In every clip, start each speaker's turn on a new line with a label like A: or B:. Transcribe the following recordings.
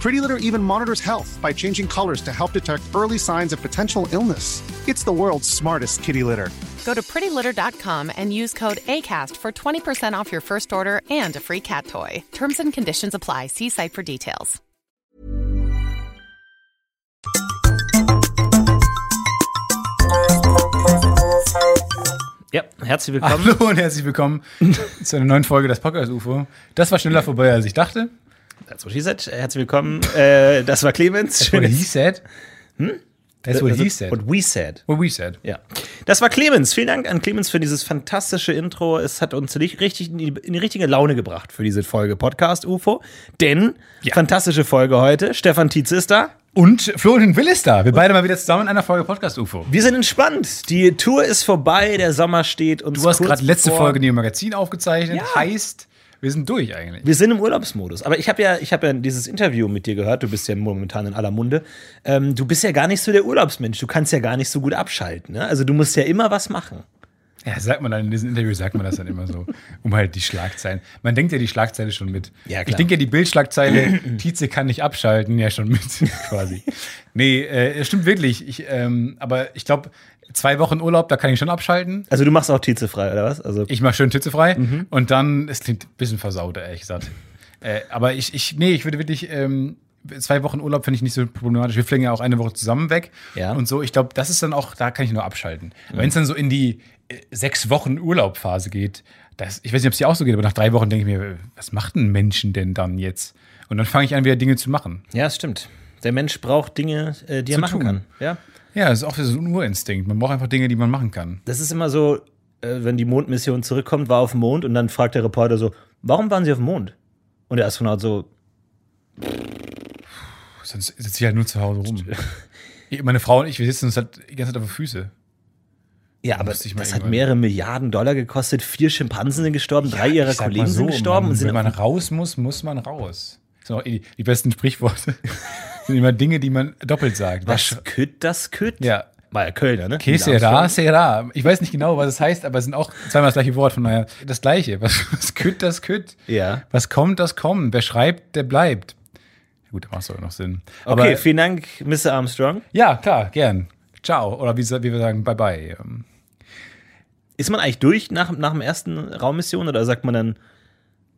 A: Pretty Litter even monitors health by changing colors to help detect early signs of potential illness. It's the world's smartest kitty litter.
B: Go to prettylitter.com and use code ACAST for 20% off your first order and a free cat toy. Terms and conditions apply. See site for details.
C: Ja, herzlich willkommen.
D: Hallo und herzlich willkommen zu einer neuen Folge des Podcast UFO. Das war schneller vorbei, als ich dachte.
C: That's what she said. Herzlich willkommen. Äh, das war Clemens.
D: What he said. Hm? That's what
E: Also,
D: he said.
C: What we said.
D: What we said.
C: Ja. Das war Clemens. Vielen Dank an Clemens für dieses fantastische Intro. Es hat uns nicht richtig in die, in die richtige Laune gebracht für diese Folge Podcast UFO. Denn fantastische Folge heute. Stefan Tietz ist da.
D: Und Florian Will ist da. Wir beide mal wieder zusammen in einer Folge Podcast UFO.
C: Wir sind entspannt. Die Tour ist vorbei. Der Sommer steht uns
D: Du hast
C: kurz
D: gerade letzte
C: vor.
D: Folge in dem Magazin aufgezeichnet.
C: Ja.
D: Heißt, wir sind durch eigentlich.
C: Wir sind im Urlaubsmodus. Aber ich habe ja, ich hab ja dieses Interview mit dir gehört. Du bist ja momentan in aller Munde. Ähm, du bist ja gar nicht so der Urlaubsmensch. Du kannst ja gar nicht so gut abschalten. Ne? Also du musst ja immer was machen.
D: Ja, sagt man dann in diesem Interview, sagt man das dann immer so. Um halt die Schlagzeilen. Man denkt ja die Schlagzeile schon mit.
C: Ja, klar.
D: Ich denke ja die Bildschlagzeile, Tietze kann nicht abschalten, ja schon mit quasi. Nee, äh, stimmt wirklich. Ich, ähm, aber ich glaube, zwei Wochen Urlaub, da kann ich schon abschalten.
C: Also du machst auch Tietze frei, oder was? Also
D: Ich mache schön Tütze frei und dann, es klingt ein bisschen versauter, ehrlich gesagt. äh, aber ich, ich, nee, ich würde wirklich, ähm, zwei Wochen Urlaub finde ich nicht so problematisch. Wir fliegen ja auch eine Woche zusammen weg
C: Ja.
D: und so. Ich glaube, das ist dann auch, da kann ich nur abschalten. Aber Wenn es dann so in die äh, sechs Wochen Urlaubphase geht, das, ich weiß nicht, ob es dir auch so geht, aber nach drei Wochen denke ich mir, äh, was macht ein Menschen denn dann jetzt? Und dann fange ich an, wieder Dinge zu machen.
C: ja, es stimmt. Der Mensch braucht Dinge, äh, die er
D: Zu
C: machen
D: tun.
C: kann. Ja.
D: Ja, das ist auch wieder so ein Urinstinkt. Man braucht einfach Dinge, die man machen kann.
C: Das ist immer so, äh, wenn die Mondmission zurückkommt, war auf dem Mond und dann fragt der Reporter so, warum waren sie auf dem Mond? Und der Astronaut so,
D: Sonst sitze ich halt nur zu Hause rum. Ich- Meine Frau und ich, wir sitzen uns halt die ganze Zeit auf den Füße.
C: ja, aber
D: Müsste ich mal
C: das hat
D: irgendwann-
C: mehrere Milliarden Dollar gekostet, vier Schimpansen sind gestorben, drei ihrer
D: Ich sag mal
C: Kollegen
D: so,
C: sind gestorben
D: man,
C: und sind
D: Wenn man raus muss, muss man raus. Das sind auch eh die, die besten Sprichworte. sind immer Dinge, die man doppelt sagt.
C: was kütt, das kütt.
D: Ja.
C: War ja Kölner, ne?
D: Que
C: Neil
D: sera,
C: Armstrong.
D: sera. Ich weiß nicht genau, was es heißt, aber es sind auch zweimal das gleiche Wort. Von daher das gleiche. Was, was kütt, das kütt.
C: Ja.
D: Was kommt, das kommt. Wer schreibt, der bleibt. Gut, da macht es auch noch Sinn. Aber,
C: Okay, vielen Dank, Mr. Armstrong.
D: ja, klar, gern. Ciao. Oder wie, sa- wie wir sagen, bye bye. Ähm,
C: Ist man eigentlich durch nach, nach dem ersten Raummission oder sagt man dann,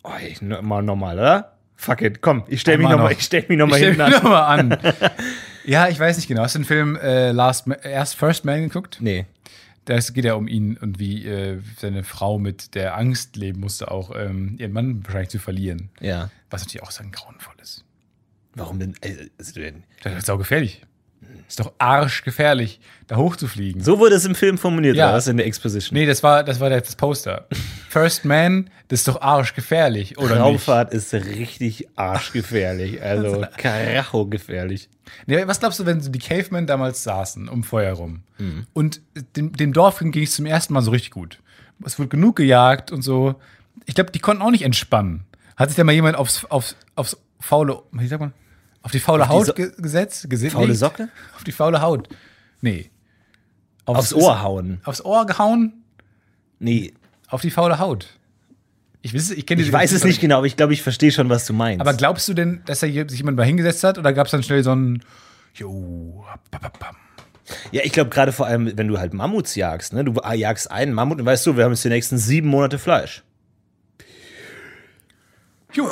C: oh, ich, no- mal normal, oder? Fuck it, komm, ich stell mich
D: Einmal
C: nochmal
D: noch.
C: ich stell mich noch mal
D: Ich stell
C: hinten
D: mich
C: an.
D: noch mal an. ja, ich weiß nicht genau. Hast du den Film äh, Last, Ma- Erst First Man geguckt?
C: Nee.
D: Da geht ja um ihn und wie äh, seine Frau mit der Angst leben musste, auch ähm, ihren Mann wahrscheinlich zu verlieren.
C: Ja.
D: Was natürlich auch so ein grauenvoll ist.
C: Warum denn? äh, also denn-
D: Das ist auch gefährlich. Ist doch arschgefährlich, da hochzufliegen.
C: So wurde es im Film formuliert,
D: Ja.
C: oder was? In der Exposition.
D: Nee, das war, das war das Poster. First Man, das ist doch arschgefährlich, oder
C: Raumfahrt ist richtig arschgefährlich. Also Karacho gefährlich.
D: nicht? Nee, was glaubst du, wenn so die Cavemen damals saßen um Feuer rum
C: Mhm.
D: und dem, dem Dorf ging es zum ersten Mal so richtig gut. Es wurde genug gejagt und so. Ich glaube, die konnten auch nicht entspannen. Hat sich da mal jemand aufs, aufs, aufs faule, wie sagt man? Auf die faule
C: die
D: Haut
C: So-
D: ge gesetzt? Gese
C: Faule Socke?
D: Auf die faule Haut. Nee.
C: Aufs Ohr hauen.
D: Aufs Ohr gehauen?
C: Nee,
D: Auf die faule Haut. Ich, weiß, ich, kenne
C: ich
D: diese-
C: weiß es nicht genau, aber ich glaube, ich verstehe schon, was du meinst.
D: Aber glaubst du denn, dass da je- sich jemand mal hingesetzt hat? Oder gab es dann schnell so ein Jo, bam, bam, bam.
C: ja, ich glaube gerade vor allem, wenn du halt Mammuts jagst, ne? Du jagst einen Mammut und weißt du, wir haben jetzt die nächsten sieben Monate Fleisch.
D: Jo.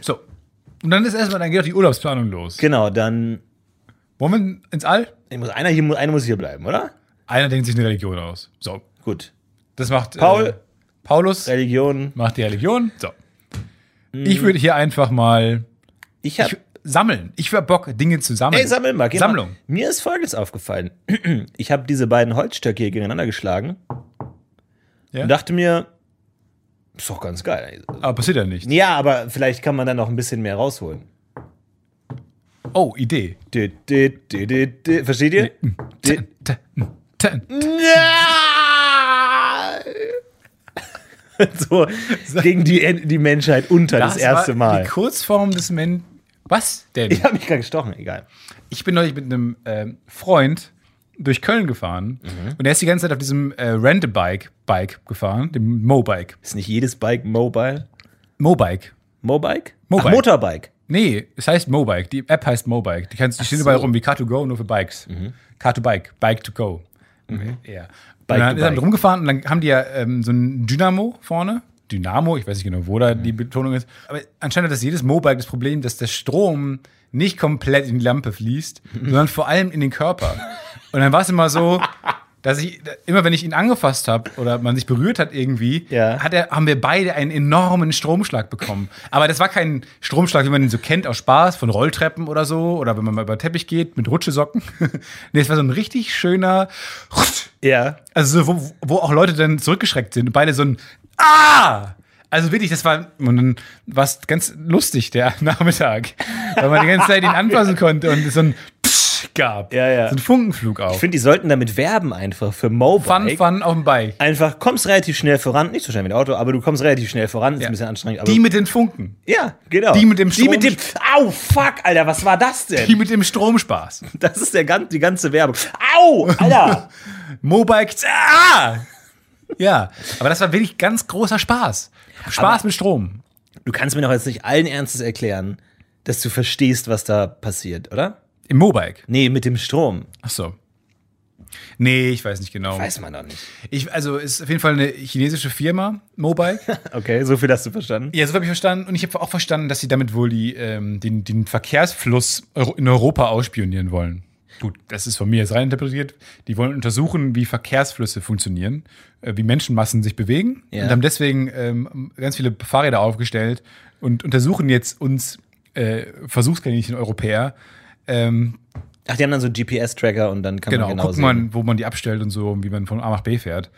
D: So. Und dann ist erstmal, dann geht auch die Urlaubsplanung los.
C: Genau, dann
D: Wollen wir ins All?
C: ich muss, einer, hier, mu- einer muss hier bleiben, oder?
D: Einer denkt sich eine Religion aus. So.
C: Gut.
D: Das macht.
C: Paul.
D: Äh, Paulus
C: Religion.
D: macht die Religion. So.
C: Mhm.
D: Ich würde hier einfach mal
C: Ich habe
D: ich, sammeln. Ich wäre Bock, Dinge zu sammeln.
C: Ey, sammeln mal. geh mal.
D: Sammlung.
C: Mir ist Folgendes aufgefallen. Ich habe diese beiden Holzstöcke hier gegeneinander geschlagen
D: Ja.
C: und dachte mir, ist doch ganz geil.
D: Aber passiert ja nicht.
C: Ja, aber vielleicht kann man dann noch ein bisschen mehr rausholen.
D: Oh, Idee. Hm,
C: Dü, dü, dü, dü, dü. Versteht ihr? Dü-
D: Tän, tän.
C: so ging die, die Menschheit unter das, erste
D: war
C: Mal.
D: Die Kurzform des Men. Was denn?
C: Ich habe mich gerade gestochen, egal.
D: Ich bin neulich mit einem ähm, Freund durch Köln gefahren
C: Mhm.
D: und er ist die ganze Zeit auf diesem äh, Rent-a-Bike Bike gefahren, dem Mobike.
C: Ist nicht jedes Bike mobile?
D: Mobike.
C: Mobike?
D: Mobike.
C: Ach, Motorbike.
D: Nee, es heißt Mobike. Die App heißt Mobike. Die, kannst, die stehen überall rum wie Car2Go, nur für Bikes. Car2Bike, Bike2Go. Ja.
C: Mhm. Bike to
D: Bike dann ist er
C: Bike.
D: rumgefahren und dann haben die ja ähm, so ein Dynamo vorne. Dynamo, ich weiß nicht genau, wo da
C: Mhm.
D: die Betonung ist. Aber anscheinend hat das jedes Mobike das Problem, dass der Strom nicht komplett in die Lampe fließt, sondern vor allem in den Körper. Und dann war es immer so, dass ich, immer wenn ich ihn angefasst habe oder man sich berührt hat irgendwie,
C: Ja.
D: hat er, haben wir beide einen enormen Stromschlag bekommen. Aber das war kein Stromschlag, wie man ihn so kennt aus Spaß, von Rolltreppen oder so, oder wenn man mal über Teppich geht mit Rutschesocken. nee, es war so ein richtig schöner,
C: Ja.
D: also so, wo, wo auch Leute dann zurückgeschreckt sind und beide so ein Ah! Also wirklich, das war, und dann war es ganz lustig, der Nachmittag, weil man die ganze Zeit ihn anfassen konnte und es so ein Psch gab.
C: Ja, ja.
D: So ein Funkenflug
C: Ich
D: auf.
C: finde, die sollten damit werben einfach für Mobike.
D: Fun, fun auf dem Bike.
C: Einfach kommst relativ schnell voran, nicht so schnell wie ein Auto, aber du kommst relativ schnell voran, ist
D: Ja.
C: ein bisschen anstrengend. Aber
D: Die mit den Funken.
C: ja, genau.
D: die mit dem
C: Die mit dem.
D: Strom-
C: Au, fuck, Alter, was war das denn?
D: Die mit dem Stromspaß.
C: Das ist der, gan- die ganze Werbung. Au, Alter!
D: Mobike. Ah! Ja, aber das war wirklich ganz großer Spaß. Spaß mit Strom.
C: du kannst mir doch jetzt nicht allen Ernstes erklären, dass du verstehst, was da passiert, oder?
D: Im Mobike.
C: Nee, mit dem Strom.
D: Ach so. Nee, ich weiß nicht genau.
C: Weiß man doch nicht.
D: Ich, also ist auf jeden Fall eine chinesische Firma, Mobike.
C: Okay, so viel hast du verstanden.
D: ja, so habe ich verstanden. Und ich habe auch verstanden, dass sie damit wohl die, ähm, den, den Verkehrsfluss Euro- in Europa ausspionieren wollen. Gut, das ist von mir jetzt rein interpretiert. Die wollen untersuchen, wie Verkehrsflüsse funktionieren, äh, wie Menschenmassen sich bewegen
C: Ja.
D: und haben deswegen ähm, ganz viele Fahrräder aufgestellt und untersuchen jetzt uns äh, Versuchskaninchen Europäer. Ähm,
C: Ach, die haben dann so GPS-Tracker und dann kann
D: genau,
C: man genau
D: guckt
C: sehen.
D: man, wo man die abstellt und so, und wie man von A nach B fährt.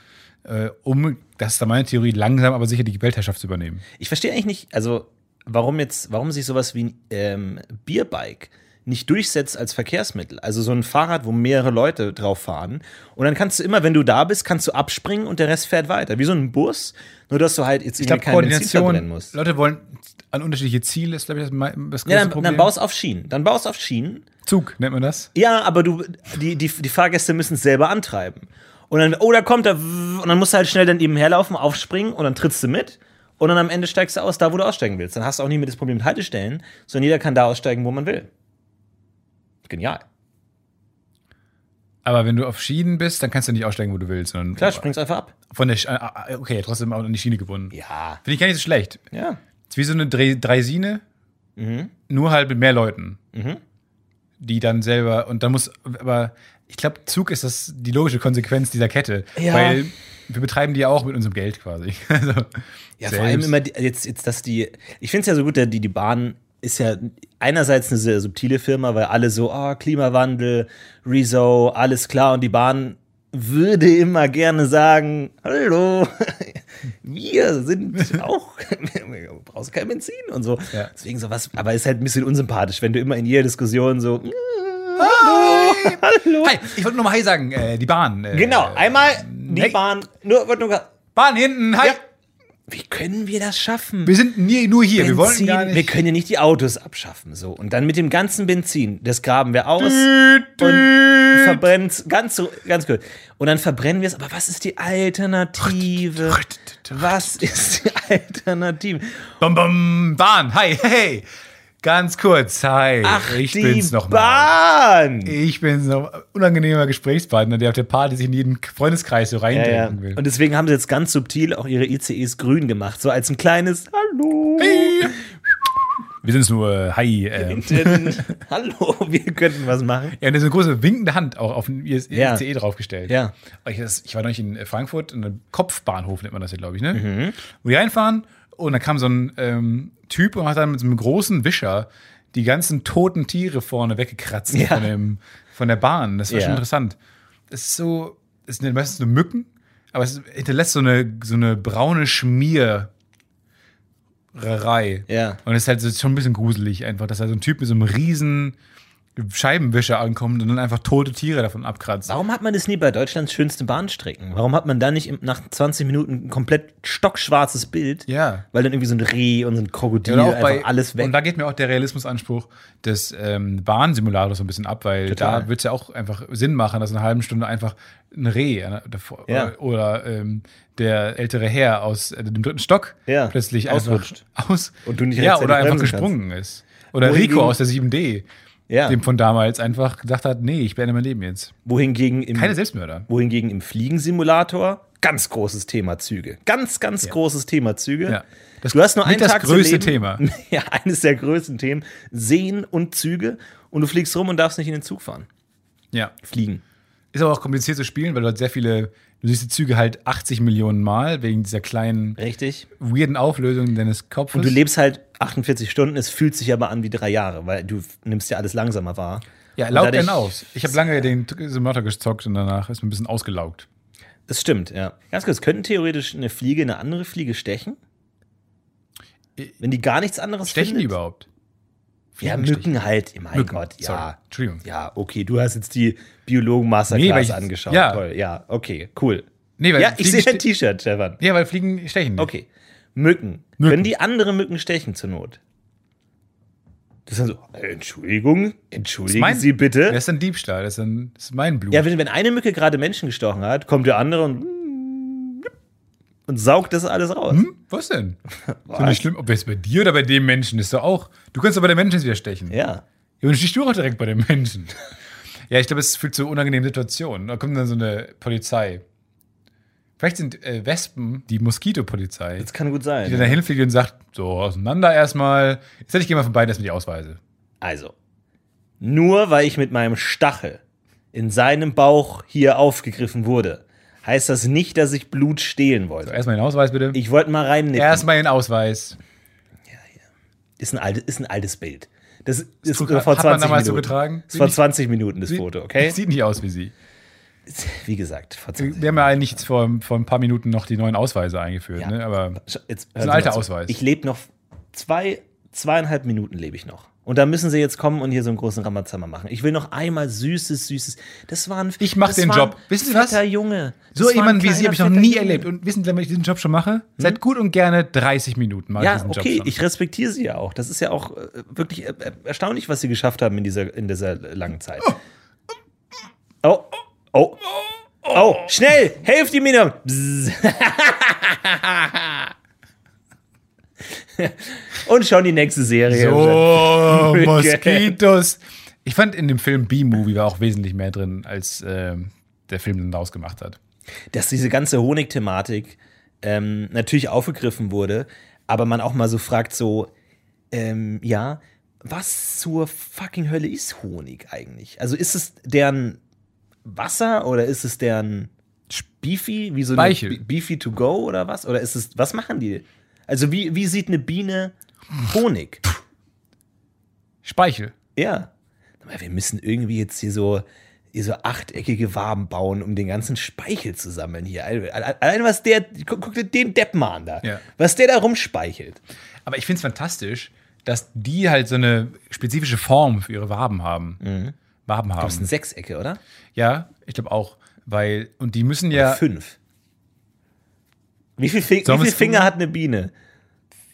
D: Äh, um, das ist da meine Theorie, langsam aber sicher die Weltherrschaft zu übernehmen.
C: Ich verstehe eigentlich nicht, also warum jetzt, warum sich sowas wie ein ähm, Bierbike nicht durchsetzt als Verkehrsmittel. Also so ein Fahrrad, wo mehrere Leute drauf fahren. Und dann kannst du immer, wenn du da bist, kannst du abspringen und der Rest fährt weiter. Wie so ein Bus, nur dass du halt jetzt
D: Ich glaube,
C: irgendwie keinen Benzin verbrennen
D: Koordination.
C: musst.
D: Leute wollen an unterschiedliche Ziele, ist, glaube ich, das, mei- das größte
C: Ja, dann,
D: Problem.
C: dann baust auf Schienen. Dann baust auf Schienen.
D: Zug, nennt man das?
C: Ja, aber du, die, die, die Fahrgäste müssen es selber antreiben. Und dann, oh, da kommt er, und dann musst du halt schnell dann eben herlaufen, aufspringen und dann trittst du mit. Und dann am Ende steigst du aus, da wo du aussteigen willst. Dann hast du auch nicht mehr das Problem mit Haltestellen, sondern jeder kann da aussteigen, wo man will. Genial.
D: Aber wenn du auf Schienen bist, dann kannst du nicht aussteigen, wo du willst. Sondern
C: Klar, springst einfach ab.
D: Von der Sch ah, ah, okay, trotzdem auch an die Schiene gebunden.
C: Ja.
D: Finde ich gar nicht so schlecht.
C: Ja.
D: Ist wie so eine Dre- Dreisine,
C: Mhm.
D: nur halt mit mehr Leuten. Die dann selber, und dann muss, aber ich glaube, Zug ist das die logische Konsequenz dieser Kette.
C: Ja.
D: Weil wir betreiben die ja auch mit unserem Geld quasi. Also,
C: Ja, vor allem immer die, jetzt, jetzt, dass die. Ich finde es ja so gut, die, die Bahn ist ja einerseits eine sehr subtile Firma, weil alle so, ah, Klimawandel, Rezo, alles klar. Und die Bahn würde immer gerne sagen, hallo, wir sind auch, du brauchst kein Benzin und so.
D: Ja.
C: Deswegen so was, aber ist halt ein bisschen unsympathisch, wenn du immer in jeder Diskussion so, "Mm, hallo, hallo.
D: Hi, ich wollte nur mal Hi sagen, äh, die Bahn. Äh,
C: Genau, einmal die
D: hey.
C: Bahn, nur, wird nur, ge-
D: Bahn hinten, hi.
C: Ja. wie können wir das schaffen?
D: Wir sind nie, nur hier, wir wollen
C: Benzin,
D: gar nicht.
C: wir können ja nicht die Autos abschaffen, so. Und dann mit dem ganzen Benzin, das graben wir aus und verbrennen es ganz, so- ganz gut. Und dann verbrennen wir es, aber was ist die Alternative? Was ist die Alternative?
D: Bum, bum, Bahn, hi, hey. Ganz kurz, hi.
C: Ach,
D: ich
C: die
D: bin's nochmal.
C: Bahn!
D: Ich bin so ein unangenehmer Gesprächspartner, der auf der Party sich in jeden Freundeskreis so
C: Ja, ja.
D: reindenken will.
C: Und deswegen haben sie jetzt ganz subtil auch ihre ICEs grün gemacht, so als ein kleines Hallo.
D: Wir sind nur, hi. Äh.
C: Hinten. Hallo, wir könnten was machen.
D: Ja, und da ist eine große winkende Hand auch auf den IS-
C: Ja.
D: ICE draufgestellt.
C: Ja.
D: Und Ich, das, ich war neulich in äh, Frankfurt, in einem Kopfbahnhof nennt man das hier, glaube ich, ne?
C: Mhm.
D: Wo die reinfahren und da kam so ein ähm, Typ und hat dann mit so einem großen Wischer die ganzen toten Tiere vorne weggekratzt
C: Ja.
D: von, dem, von der Bahn. Das war
C: Ja.
D: schon interessant. Es ist so, es sind meistens nur Mücken, aber es hinterlässt so eine, so eine braune Schmier.
C: Ja.
D: Und es ist halt so- schon ein bisschen gruselig einfach, dass da so ein Typ mit so einem riesen Scheibenwischer ankommt und dann einfach tote Tiere davon abkratzt.
C: Warum hat man das nie bei Deutschlands schönsten Bahnstrecken? Warum hat man da nicht im, nach 20 Minuten ein komplett stockschwarzes Bild?
D: Ja.
C: Weil dann irgendwie so ein Reh und so ein Krokodil
D: Oder
C: einfach alles weg.
D: Und da geht mir auch der Realismusanspruch des ähm, Bahnsimulators so ein bisschen ab, weil
C: Total.
D: da wird es ja auch einfach Sinn machen, dass in einer halben Stunde einfach ein Reh an- davor,
C: Ja.
D: oder, oder ähm, der ältere Herr aus äh, dem dritten Stock
C: Ja,
D: plötzlich
C: ausrutscht.
D: einfach aus
C: Und du nicht
D: ja,
C: rechtzeitig
D: oder einfach
C: bremsen
D: gesprungen ist. Oder
C: Wohingegen-
D: Rico aus der 7D,
C: ja.
D: dem von damals einfach gesagt hat, nee, ich beende mein Leben jetzt.
C: Wohingegen im,
D: Keine Selbstmörder.
C: wohingegen im Fliegensimulator ganz großes Thema Züge. Ganz, ganz großes Thema Züge.
D: Ja. Das-
C: du hast nur
D: mit
C: einen
D: das
C: Tag zu
D: größte
C: leben.
D: Thema.
C: Ja, eines der größten Themen. Seen und Züge. Und du fliegst rum und darfst nicht in den Zug fahren.
D: Ja.
C: Fliegen.
D: Ist aber auch kompliziert zu spielen, weil du halt sehr viele, du siehst die Züge halt 80 Millionen Mal wegen dieser kleinen,
C: Richtig?
D: weirden Auflösung deines Kopfes.
C: Und du lebst halt 48 Stunden, es fühlt sich aber an wie drei Jahre, weil du nimmst ja alles langsamer wahr.
D: Ja,
C: Und
D: laugt
C: dadurch-
D: einen aus. Ich habe lange den T- Simulator gezockt und danach ist mir ein bisschen ausgelaugt.
C: Das stimmt, ja. Ganz kurz, könnten theoretisch eine Fliege eine andere Fliege stechen? Wenn die gar nichts anderes
D: Äh, Stechen die
C: findet?
D: überhaupt?
C: Ja,
D: Fliegen stechen.
C: Mücken halt, mein
D: Mücken,
C: Gott, ja.
D: sorry, Entschuldigung.
C: Ja, okay, du hast jetzt die biologen
D: Nee, weil
C: masterclass
D: ich-
C: angeschaut.
D: ja.
C: Toll, ja, okay, cool.
D: Nee, weil
C: ja, ich
D: Fliegen
C: sehe dein
D: ste-
C: T-Shirt, Stefan.
D: Ja, weil Fliegen stechen. nicht.
C: Okay, Mücken.
D: Mücken.
C: Können die andere Mücken stechen zur Not? Das ist dann so, Entschuldigung,
D: Das
C: entschuldigen
D: ist mein-
C: Sie bitte.
D: Das ist ein Diebstahl, das ist, ein, das ist mein Blut.
C: Ja, wenn, wenn eine Mücke gerade Menschen gestochen hat, kommt der andere und, und saugt das alles raus.
D: hm? Was denn? So nicht schlimm, ob jetzt bei dir oder bei dem Menschen ist doch auch. Du kannst doch bei dem Menschen jetzt wieder stechen.
C: Ja.
D: Ja, und stichst du auch direkt bei den Menschen. Ja, ich glaube, es führt zu unangenehmen Situationen. Da kommt dann so eine Polizei. Vielleicht sind äh, Wespen die Moskitopolizei,
C: Das kann gut
D: die dann
C: sein.
D: dahin fliegt und sagt, so, auseinander erstmal. Jetzt hätte ich gerne mal von beiden erstmal die Ausweise.
C: Also, nur weil ich mit meinem Stachel in seinem Bauch hier aufgegriffen wurde, heißt das nicht, dass ich Blut stehlen
D: So,
C: wollte.
D: erstmal den Ausweis bitte.
C: Ich wollte mal reinnippen.
D: Erstmal den Ausweis.
C: Ist ein altes, ist ein altes Bild. Das ist
D: tut-
C: nur vor
D: hat man
C: 20 Minuten.
D: damals so getragen?
C: Das ist vor
D: Sieht
C: 20 Minuten das Foto, okay?
D: Sieht nicht aus wie sie.
C: Wie gesagt, vor 20
D: Wir haben ja eigentlich jetzt vor, vor ein paar Minuten noch die neuen Ausweise eingeführt,
C: Ja.
D: ne? aber
C: Sch- Jetzt
D: ein
C: hören Sie
D: alter
C: mal zu.
D: Ausweis.
C: Ich lebe noch zwei zweieinhalb Minuten lebe ich noch. Und da müssen sie jetzt kommen und hier so einen großen Ramazammer machen. Ich will noch einmal süßes, süßes. Das war ein
D: Ich mach
C: das
D: den
C: war ein
D: Job. Wissen Sie was?
C: fetter Junge. Das
D: So
C: war ein
D: jemanden wie Sie
C: kleiner,
D: habe ich noch
C: fetter
D: nie
C: Junge. Hm?
D: erlebt. Und wissen Sie, wenn ich diesen Job schon mache? Seit gut und gerne 30 Minuten mache ich
C: Ja,
D: diesen
C: okay,
D: Job schon.
C: ich respektiere sie ja auch. Das ist ja auch äh, wirklich äh, erstaunlich, was sie geschafft haben in dieser, in dieser langen Zeit. Oh, oh, oh, schnell, helft ihm mir. Bzzz. Und schon die nächste Serie.
D: So,
C: Geil.
D: Moskitos. Ich fand in dem Film B-Movie war auch wesentlich mehr drin, als ähm, der Film dann daraus gemacht hat.
C: Dass diese ganze Honig-Thematik ähm, natürlich aufgegriffen wurde, aber man auch mal so fragt, so, ähm, ja, was zur fucking Hölle ist Honig eigentlich? Also ist es deren Wasser oder ist es deren Beefy, wie so eine
D: Speichel.
C: Be- Beefy to go oder was? Oder ist es, was machen die? Also wie, wie sieht eine Biene Honig?
D: Speichel.
C: Ja. Aber wir müssen irgendwie jetzt hier so, hier so achteckige Waben bauen, um den ganzen Speichel zu sammeln hier. Alle- alle- Allein was der, guck, guck dir den Depp mal an da.
D: Ja.
C: Was der da rumspeichelt.
D: Aber ich finde es fantastisch, dass die halt so eine spezifische Form für ihre Waben haben. Waben
C: Das ist eine
D: haben.
C: Sechsecke, oder?
D: Ja, ich glaube auch. Weil, und die müssen ja.
C: Fünf. Wie viel, Fi-
D: Sollen
C: wie
D: wir
C: viel
D: es
C: Finger
D: gucken?
C: hat eine Biene?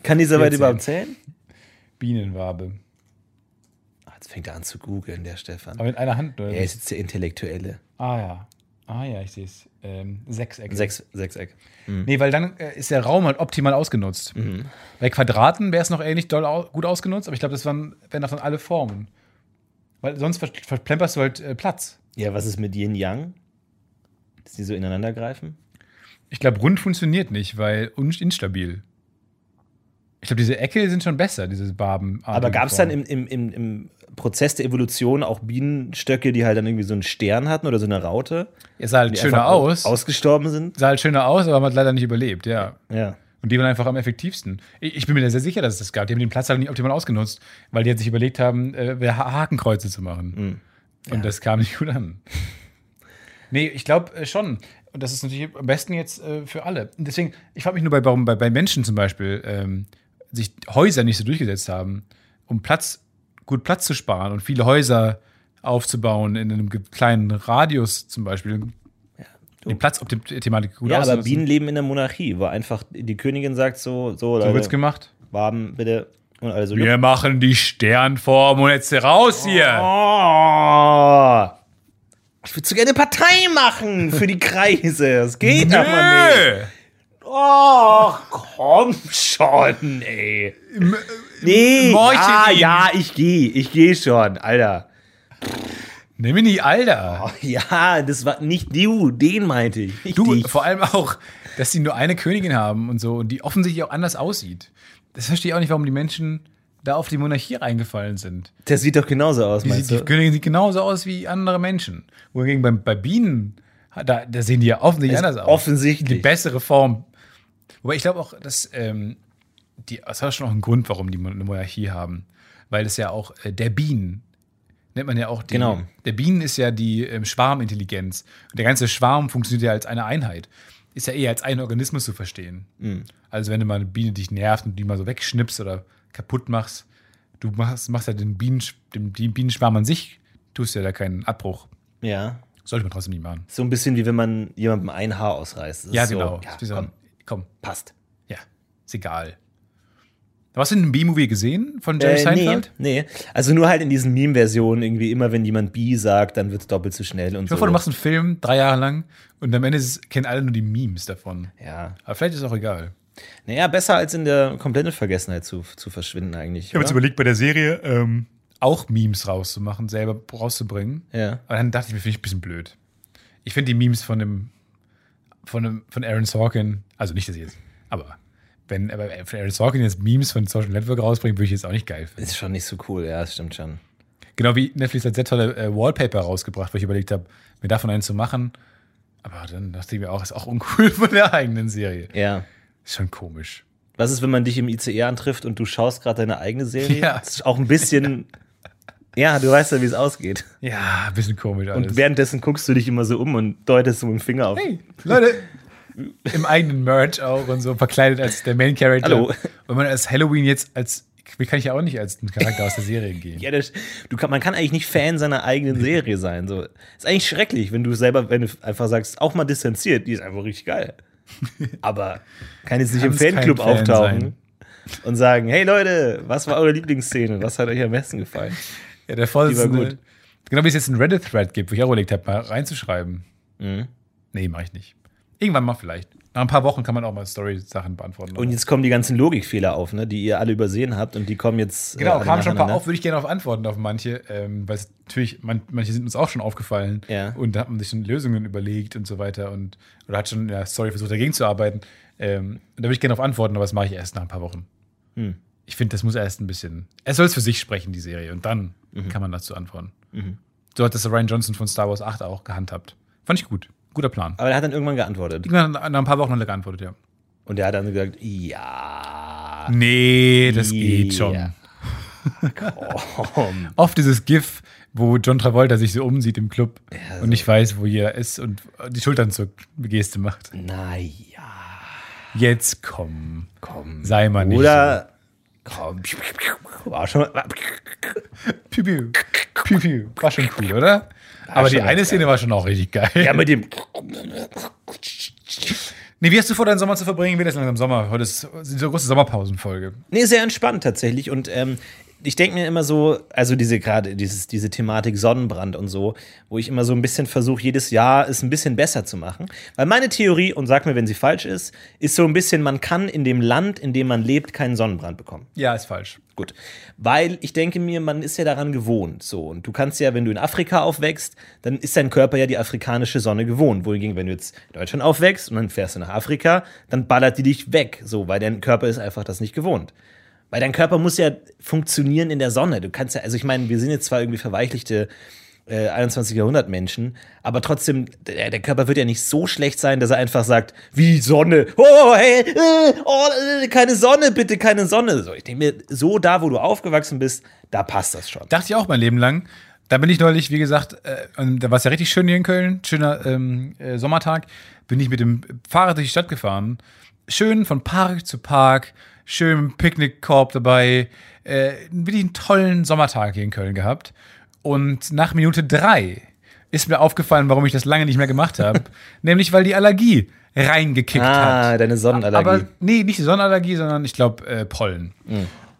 C: Kann dieser weit
D: Vierzehn.
C: überhaupt zählen?
D: Bienenwabe.
C: Ah, jetzt fängt er an zu googeln, der Stefan.
D: Aber mit einer Hand, oder?
C: Er ist jetzt der Intellektuelle.
D: Ah ja. Ah ja, ich sehe es. Ähm, Sechseck.
C: Sechs, Sechseck.
D: Nee, weil dann äh, ist der Raum halt optimal ausgenutzt.
C: Mhm.
D: Bei Quadraten wäre es noch ähnlich doll au gut ausgenutzt, aber ich glaube, das waren, wären davon alle Formen. Weil sonst ver verplemperst du halt äh, Platz.
C: Ja, was ist mit Yin Yang? Dass die so ineinander greifen?
D: Ich glaube, rund funktioniert nicht, weil un instabil. Ich glaube, diese Ecke sind schon besser, diese Barben.
C: Aber gab es dann im, im, im, im Prozess der Evolution auch Bienenstöcke, die halt dann irgendwie so einen Stern hatten oder so eine Raute?
D: Es sah halt
C: Die
D: schöner
C: einfach au-
D: aus.
C: Ausgestorben sind?
D: Sah halt schöner aus, aber man hat leider nicht überlebt, ja.
C: Ja.
D: Und die waren einfach am effektivsten. Ich, ich bin mir da sehr sicher, dass es das gab. Die haben den Platz halt nicht optimal ausgenutzt, weil die halt sich überlegt haben, äh, wer Ha- Hakenkreuze zu machen.
C: Mhm.
D: Und das kam nicht gut an. nee, ich glaube äh, schon. Und das ist natürlich am besten jetzt äh, für alle. Und deswegen, ich frage mich nur, bei, warum bei, bei Menschen zum Beispiel ähm, sich Häuser nicht so durchgesetzt haben, um Platz, gut Platz zu sparen und viele Häuser aufzubauen in einem ge- kleinen Radius zum Beispiel. die Platzoptim-Thematik gut
C: ja, aber
D: auszunutzen.
C: Bienen leben in der Monarchie, wo einfach die Königin sagt so, so,
D: So wird's
C: Leute,
D: gemacht.
C: Waben bitte. Und alle so,
D: Wir machen die Sternform und jetzt raus hier.
C: oh, ich würde so gerne eine Partei machen für die Kreise. Das geht aber nicht. Oh, komm schon, ey.
D: äh,
C: Nee,
D: Morchen
C: ja,
D: ihn.
C: ja, ich gehe, ich gehe schon, Alter.
D: Nimm ihn nicht,
C: Oh,
D: Alter.
C: Ja, das war nicht du, den meinte ich. Nicht
D: Du,
C: dich.
D: vor allem auch, dass sie nur eine Königin haben und so und die offensichtlich auch anders aussieht. Das verstehe ich auch nicht, warum die Menschen da auf die Monarchie reingefallen sind.
C: Der sieht doch genauso aus,
D: Die,
C: meinst
D: sieht- die
C: du?
D: Königin sieht genauso aus wie andere Menschen. Wohingegen bei, bei Bienen, da, da sehen die ja offensichtlich
C: Ist
D: anders aus.
C: offensichtlich.
D: Die bessere Form. Wobei ich glaube auch, dass ähm, die, das hat schon auch einen Grund, warum die Mon- eine Monarchie haben. Weil es ja auch äh, der Bienen, nennt man ja auch die.
C: Genau.
D: Der Bienen ist ja die ähm, Schwarmintelligenz. Und der ganze Schwarm funktioniert ja als eine Einheit. Ist ja eher als einen Organismus zu verstehen.
C: Mhm.
D: Also wenn du mal eine Biene dich nervt und die mal so wegschnippst oder kaputt machst, du machst, machst ja den, Bienen, den, den Bienenschwarm an sich, tust ja da keinen Abbruch.
C: Ja.
D: Sollte man trotzdem nicht machen.
C: So ein bisschen wie wenn man jemandem ein Haar ausreißt. Das
D: Ja,
C: ist so,
D: genau.
C: Ja,
D: Ist wie so ein-
C: komm,
D: komm.
C: passt.
D: Ja, ist egal. Hast du einen B-Movie gesehen von Jerry
C: Äh, nee,
D: Seinfeld?
C: nee. Also nur halt in diesen Meme-Versionen irgendwie immer, wenn jemand B sagt, dann wird es doppelt so schnell und
D: Ich hoffe,
C: so.
D: du machst einen Film drei Jahre lang und am Ende ist es- kennen alle nur die Memes davon.
C: ja.
D: Aber vielleicht ist es auch egal.
C: Naja, besser als in der kompletten Vergessenheit zu, zu verschwinden eigentlich. oder?
D: überlegt, bei der Serie ähm, auch Memes rauszumachen, selber rauszubringen.
C: Ja.
D: Aber dann dachte ich mir, finde ich ein bisschen blöd. Ich finde die Memes von dem, von dem, von Aaron Sorkin, also nicht, dass ich jetzt, aber wenn aber äh, von Aaron Sorkin jetzt Memes von Social Network rausbringt, würde ich jetzt auch nicht geil finden.
C: Ist schon nicht so cool, ja, das stimmt schon.
D: Genau wie Netflix hat sehr tolle äh, Wallpaper rausgebracht, wo ich überlegt habe, mir davon einen zu machen. Aber dann dachte ich mir auch, ist auch uncool von der eigenen Serie.
C: Ja.
D: Ist schon komisch.
C: Was ist, wenn man dich im ICE antrifft und du schaust gerade deine eigene Serie?
D: Ja.
C: Das ist auch ein bisschen. ja, du weißt ja, wie es ausgeht.
D: Ja, ein bisschen komisch alles.
C: Und währenddessen guckst du dich immer so um und deutest so mit dem Finger auf.
D: hey, Leute, im eigenen Merch auch und so, verkleidet als der Main Character.
C: Hallo.
D: Wenn man als Halloween jetzt als Mich kann ich ja auch nicht als ein Charakter aus der Serie gehen.
C: Ja, das, du kann, man kann eigentlich nicht Fan seiner eigenen Serie sein. So. Ist eigentlich schrecklich, wenn du selber, wenn du einfach sagst, auch mal distanziert, die ist einfach richtig geil. Aber kann jetzt nicht im
D: Kannst kein
C: Fanclub
D: Fan
C: auftauchen
D: sein.
C: und sagen, hey Leute, was war eure Lieblingsszene? Was hat euch am besten gefallen?
D: Ja, der Vorsitzende.
C: Die war gut.
D: Genau wie es jetzt einen Reddit-Thread gibt, wo ich auch überlegt habe, mal reinzuschreiben.
C: Mhm.
D: Nee, mache ich nicht. Irgendwann mal vielleicht. Nach ein paar Wochen kann man auch mal Story-Sachen beantworten.
C: Und jetzt kommen die ganzen Logikfehler auf, ne, die ihr alle übersehen habt und die kommen jetzt.
D: genau,
C: äh,
D: kamen schon ein paar
C: nacheinander.
D: auf, würde ich gerne auf antworten auf manche, ähm, weil es natürlich, man, manche sind uns auch schon aufgefallen
C: Ja.
D: und da hat man sich schon Lösungen überlegt und so weiter und oder hat schon, ja, sorry, versucht dagegen zu arbeiten. Ähm, da würde ich gerne auf antworten, aber das mache ich erst nach ein paar Wochen.
C: Hm.
D: Ich finde, das muss erst ein bisschen. Es soll es für sich sprechen, die Serie, und dann
C: Mhm.
D: kann man dazu antworten. So hat das Ryan Johnson von Star Wars 8 auch gehandhabt. Fand ich gut. Guter Plan.
C: Aber er hat dann irgendwann geantwortet.
D: Irgendwann nach ein paar Wochen hat er geantwortet, ja.
C: Und er hat dann gesagt, ja.
D: Nee, das geht
C: Ah. Ja.
D: schon. Oft dieses GIF, wo John Travolta sich so umsieht im Club und nicht weiß, wo jeder ist und die Schultern zuckt, eine Geste macht.
C: Naja,
D: Jetzt komm.
C: komm.
D: Sei mal nicht.
C: Oder komm. War schon mal.
D: so. piu, piu, piu, piu. War schon cool, oder? Aber die
C: schon
D: eine
C: ganz
D: Szene war schon auch richtig geil.
C: Ja, mit dem.
D: Nee, wie hast du vor, deinen Sommer zu verbringen? Wir sind langsam Sommer. Heute ist die große Sommerpausenfolge.
C: Nee, sehr entspannt tatsächlich. Und ähm, ich denke mir immer so, also diese gerade, dieses, diese Thematik Sonnenbrand und so, wo ich immer so ein bisschen versuche, jedes Jahr es ein bisschen besser zu machen. Weil meine Theorie, und sag mir, wenn sie falsch ist, ist so ein bisschen, man kann in dem Land, in dem man lebt, keinen Sonnenbrand bekommen.
D: Ja, ist falsch.
C: Gut. Weil ich denke mir, man ist ja daran gewohnt. So. Und du kannst ja, wenn du in Afrika aufwächst, dann ist dein Körper ja die afrikanische Sonne gewohnt. Wohingegen, wenn du jetzt in Deutschland aufwächst und dann fährst du nach Afrika, dann ballert die dich weg. So, weil dein Körper ist einfach das nicht gewohnt. Weil dein Körper muss ja funktionieren in der Sonne. Du kannst ja, also ich meine, wir sind jetzt zwar irgendwie verweichlichte äh, 21. Jahrhundert Menschen, aber trotzdem, der, der Körper wird ja nicht so schlecht sein, dass er einfach sagt, wie Sonne, oh, hey, äh, oh, äh, keine Sonne, bitte, keine Sonne. So, ich denke mir, so da, wo du aufgewachsen bist, da passt das schon.
D: Dachte ich auch mein Leben lang. Da bin ich neulich, wie gesagt, äh, und da war es ja richtig schön hier in Köln, schöner ähm, äh, Sommertag, bin ich mit dem Fahrrad durch die Stadt gefahren. Schön von Park zu Park, schön mit dem Picknickkorb dabei. Äh, wirklich einen tollen Sommertag hier in Köln gehabt. Und nach Minute drei ist mir aufgefallen, warum ich das lange nicht mehr gemacht habe. Nämlich, weil die Allergie reingekickt hat.
C: ah, deine Sonnenallergie. Mhm.
D: Aber nee, nicht die Sonnenallergie, sondern ich glaube äh, Pollen.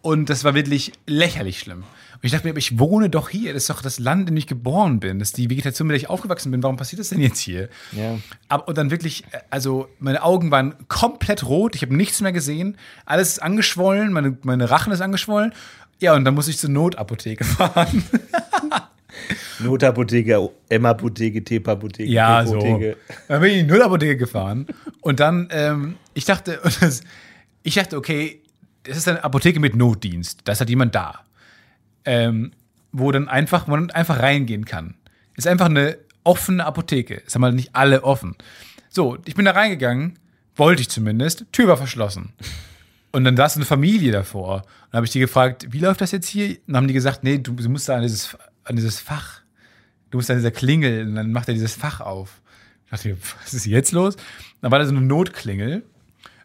D: Und das war wirklich lächerlich schlimm. Und ich dachte mir, aber ich wohne doch hier, das ist doch das Land, in dem ich geboren bin, das ist die Vegetation, mit der ich aufgewachsen bin. Warum passiert das denn jetzt hier?
C: Ja.
D: Ab, und dann wirklich, äh, also meine Augen waren komplett rot, ich habe nichts mehr gesehen, alles ist angeschwollen, meine, meine Rachen ist angeschwollen. Ja, und dann muss ich zur Notapotheke fahren.
C: Notapotheke, M-Apotheke, T-Apotheke,
D: Ja, so.
C: Apotheke.
D: Dann bin ich in die Nullapotheke gefahren. Und dann, ähm, ich dachte, und das, ich dachte, okay, das ist eine Apotheke mit Notdienst. Da ist halt jemand da. Ähm, wo dann einfach, wo man einfach reingehen kann. Ist einfach eine offene Apotheke. Ist mal nicht alle offen. So, ich bin da reingegangen, wollte ich zumindest. Tür war verschlossen. Und dann saß eine Familie davor. Und dann habe ich die gefragt, wie läuft das jetzt hier? Und dann haben die gesagt, nee, du, du musst da an dieses, an dieses Fach. Du musst an dieser Klingel. Und dann macht er dieses Fach auf. Ich dachte, mir, was ist jetzt los? Dann war da so eine Notklingel.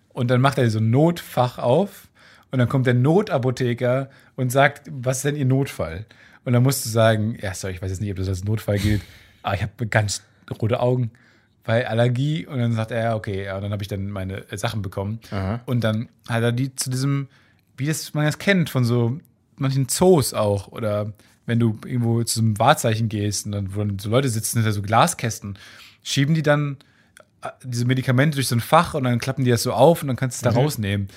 D: Und dann macht er so ein Notfach auf. Und dann kommt der Notapotheker und sagt, was ist denn Ihr Notfall? Und dann musst du sagen, ja, sorry, ich weiß jetzt nicht, ob das als Notfall gilt, aber ich habe ganz rote Augen, weil Allergie. Und dann sagt er, ja, okay, ja, und dann habe ich dann meine äh, Sachen bekommen. Und dann hat er die zu diesem, wie das man das kennt, von so manchen Zoos auch oder wenn du irgendwo zu so einem Wahrzeichen gehst und dann, wo dann so Leute sitzen hinter so Glaskästen, schieben die dann diese Medikamente durch so ein Fach und dann klappen die das so auf und dann kannst du es da
C: Mhm.
D: rausnehmen.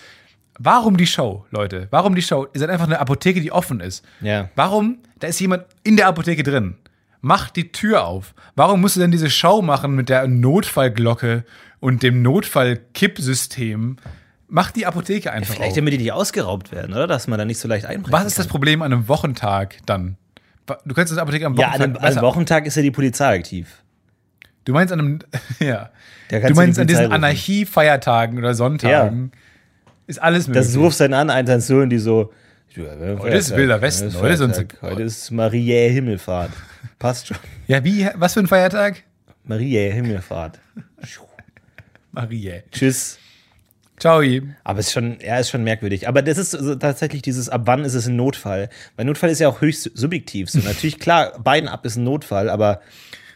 D: Warum die Show, Leute? Warum die Show? Ihr seid einfach eine Apotheke, die offen ist.
C: Ja.
D: Warum? Da ist jemand in der Apotheke drin. Mach die Tür auf. Warum musst du denn diese Show machen mit der Notfallglocke und dem Notfallkippsystem? Mach die Apotheke einfach auf.
C: Vielleicht damit die nicht ausgeraubt werden, oder? Dass man da nicht so leicht einbrechen
D: Was ist das Problem an einem Wochentag dann? Du kannst das Apotheke am
C: Ja,
D: Wochentag
C: an einem, an
D: besser-
C: einem Wochentag ist ja die Polizei aktiv.
D: Du meinst an einem, ja.
C: Da kannst
D: Du
C: die
D: meinst an
C: Polizei
D: diesen
C: rufen.
D: Anarchiefeiertagen oder Sonntagen. Ist alles möglich.
C: Das du rufst dann an, 110 und die so. ne, Heute
D: ist Wilder Westen, heute ist unser-
C: ne, heute ist Mariä Himmelfahrt. Passt schon.
D: Ja, wie, was für ein Feiertag?
C: Mariä Himmelfahrt.
D: Marie.
C: Tschüss.
D: Ciao.
C: Aber es ist schon, ja, ist schon merkwürdig. Aber das ist so tatsächlich dieses, ab wann ist es ein Notfall? Weil Notfall ist ja auch höchst subjektiv. So, natürlich, klar, Bein ab ist ein Notfall, aber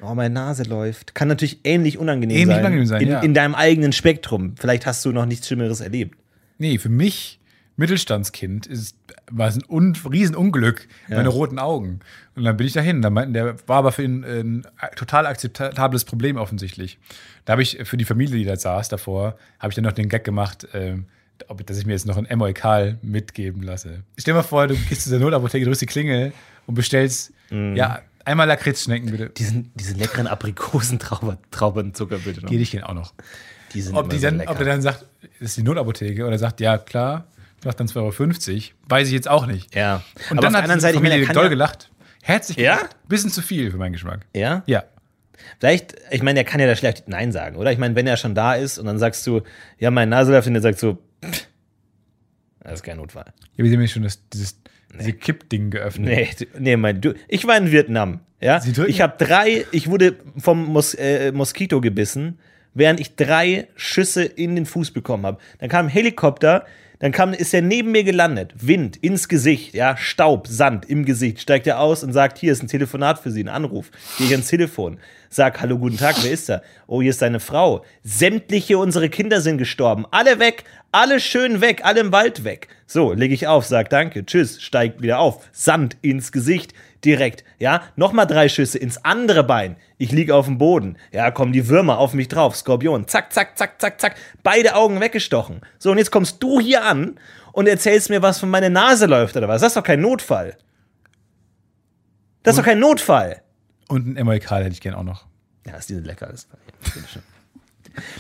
C: oh, meine Nase läuft. Kann natürlich ähnlich unangenehm
D: Ähnlich
C: sein.
D: unangenehm sein,
C: in,
D: ja.
C: in deinem eigenen Spektrum. Vielleicht hast du noch nichts Schlimmeres erlebt.
D: Nee, für mich, Mittelstandskind, ist, war es ein un Riesenunglück, meine roten Augen. Und dann bin ich dahin. Dann meinten, der war aber für ihn äh, ein total akzeptables Problem offensichtlich. Da habe ich für die Familie, die da saß davor, habe ich dann noch den Gag gemacht, ähm, ob, dass ich mir jetzt noch ein Emoikal mitgeben lasse. Stell dir mal vor, du gehst zu der Notapotheke, drückst die Klingel und bestellst,
C: Mhm.
D: ja, einmal Lakritzschnecken bitte.
C: Diesen, diesen leckeren Aprikosentraubenzucker bitte noch.
D: Gebe ich den auch noch.
C: Die sind
D: ob,
C: immer
D: die
C: so
D: dann,
C: lecker.
D: ob er dann sagt, das ist die Notapotheke oder sagt, ja, klar, macht dann 2,50 Euro, weiß ich jetzt auch nicht.
C: ja.
D: Und
C: aber
D: dann
C: auf der
D: hat
C: anderen
D: die
C: Seite, ich meine,
D: Familie
C: er kann
D: doll
C: ja,
D: gelacht. Herzlich
C: Ja?
D: gelacht. Bisschen zu viel für meinen Geschmack.
C: ja?
D: Ja.
C: Vielleicht, ich meine, er kann ja da schlecht Nein sagen, oder? Ich meine, wenn er schon da ist und dann sagst du, ja, mein Nase läuft und er sagt so, pff, das ist kein Notfall.
D: Ja, wir haben ja schon das, dieses diese Kipp-Ding geöffnet.
C: Nee, du- nee mein, du, ich war in Vietnam. Ja?
D: Sie drücken-
C: Ich habe drei, ich wurde vom Mos äh, Moskito gebissen, während ich drei Schüsse in den Fuß bekommen habe. Dann kam ein Helikopter, dann kam, ist er neben mir gelandet. Wind ins Gesicht, ja, Staub, Sand im Gesicht. Steigt er aus und sagt: Hier ist ein Telefonat für Sie, ein Anruf. Gehe ich ans Telefon. Sag: Hallo, guten Tag, wer ist da? Oh, hier ist deine Frau. Sämtliche unsere Kinder sind gestorben. Alle weg, alle schön weg, alle im Wald weg. So, lege ich auf, sag danke, tschüss, steigt wieder auf. Sand ins Gesicht, direkt. Ja, nochmal drei Schüsse ins andere Bein. Ich liege auf dem Boden. Ja, kommen die Würmer auf mich drauf. Skorpion. Zack, zack, zack, zack, zack. Beide Augen weggestochen. So, und jetzt kommst du hier an und erzählst mir, was von meiner Nase läuft oder was. Das ist doch kein Notfall. Das ist doch kein Notfall.
D: Und ein Emoikal hätte ich gern auch noch.
C: Ja, ist diese lecker. Das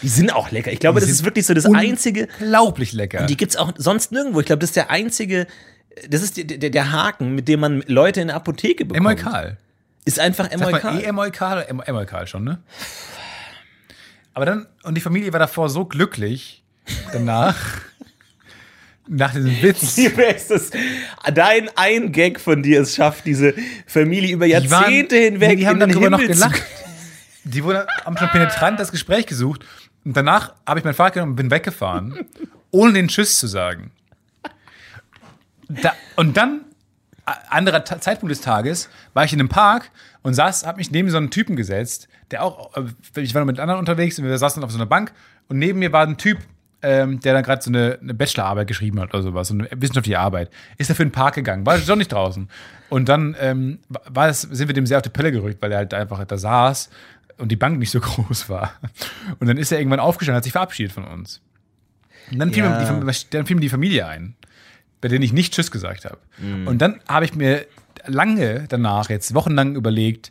C: die sind auch lecker. Ich glaube, das
D: sind
C: ist wirklich so das
D: un-
C: einzige,
D: Unglaublich lecker.
C: die gibt es auch sonst nirgendwo. Ich glaube, das ist der einzige, das ist der, der, der Haken, mit dem man Leute in der Apotheke bekommt.
D: Emoikal.
C: Ist einfach
D: Sagt man
C: MLK.
D: eh Emoikal oder Emo- Emoikal schon, ne? Aber dann, und die Familie war davor so glücklich, danach, nach diesem Witz.
C: Die Beste ist, dein ein Gag von dir es schafft, diese Familie über
D: Die waren-
C: Jahrzehnte hinweg
D: nee, die haben
C: in
D: dann
C: den
D: darüber
C: Himmel zu-
D: noch gelacht. Die wurden, haben schon penetrant das Gespräch gesucht. Und danach habe ich mein Fahrrad genommen und bin weggefahren, ohne den Tschüss zu sagen. Da, und dann, a- anderer Ta Zeitpunkt des Tages, war ich in einem Park und saß, habe mich neben so einen Typen gesetzt, der auch, äh, ich war noch mit anderen unterwegs und wir saßen auf so einer Bank und neben mir war ein Typ, ähm, der dann gerade so eine, eine Bachelorarbeit geschrieben hat oder sowas, so eine wissenschaftliche Arbeit, ist dafür in den Park gegangen, war schon nicht draußen. Und dann ähm, war das, sind wir dem sehr auf die Pelle gerückt, weil er halt einfach da saß und die Bank nicht so groß war. Und dann ist er irgendwann aufgestanden, hat sich verabschiedet von uns. Und dann fiel,
C: Ja.
D: mir die, Fam- dann fiel mir die Familie ein bei denen ich nicht Tschüss gesagt habe.
C: Mhm.
D: Und dann habe ich mir lange danach, jetzt wochenlang überlegt,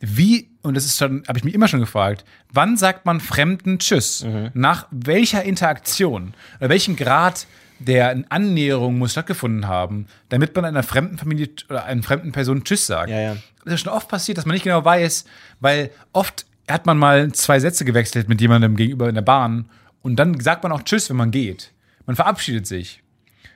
D: wie, und das ist schon, habe ich mich immer schon gefragt, wann sagt man Fremden Tschüss?
C: Mhm.
D: Nach welcher Interaktion oder welchem Grad der Annäherung muss stattgefunden haben, damit man einer fremden Familie oder einer fremden Person Tschüss sagt?
C: Ja, ja.
D: Das ist schon oft passiert, dass man nicht genau weiß, weil oft hat man mal zwei Sätze gewechselt mit jemandem gegenüber in der Bahn und dann sagt man auch Tschüss, wenn man geht. Man verabschiedet sich.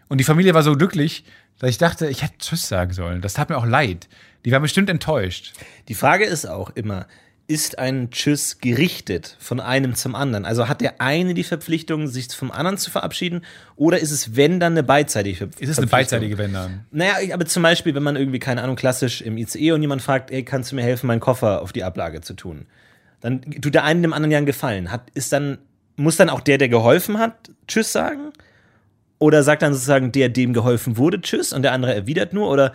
D: Und die Familie war so glücklich, dass ich dachte, ich hätte Tschüss sagen sollen. Das tat mir auch leid. Die war bestimmt enttäuscht.
C: Die Frage ist auch immer, ist ein Tschüss gerichtet von einem zum anderen? Also hat der eine die Verpflichtung, sich vom anderen zu verabschieden? Oder ist es, wenn dann eine beidseitige Ver- Verpflichtung?
D: Ist es eine beidseitige Wende? an?
C: Naja, ich- aber zum Beispiel, wenn man irgendwie, keine Ahnung, klassisch im ICE und jemand fragt, ey, kannst du mir helfen, meinen Koffer auf die Ablage zu tun? Dann tut der einen dem anderen ja einen Gefallen. Hat, ist dann, muss dann auch der, der geholfen hat, Tschüss sagen? Oder sagt dann sozusagen der, dem geholfen wurde, Tschüss und der andere erwidert nur? Oder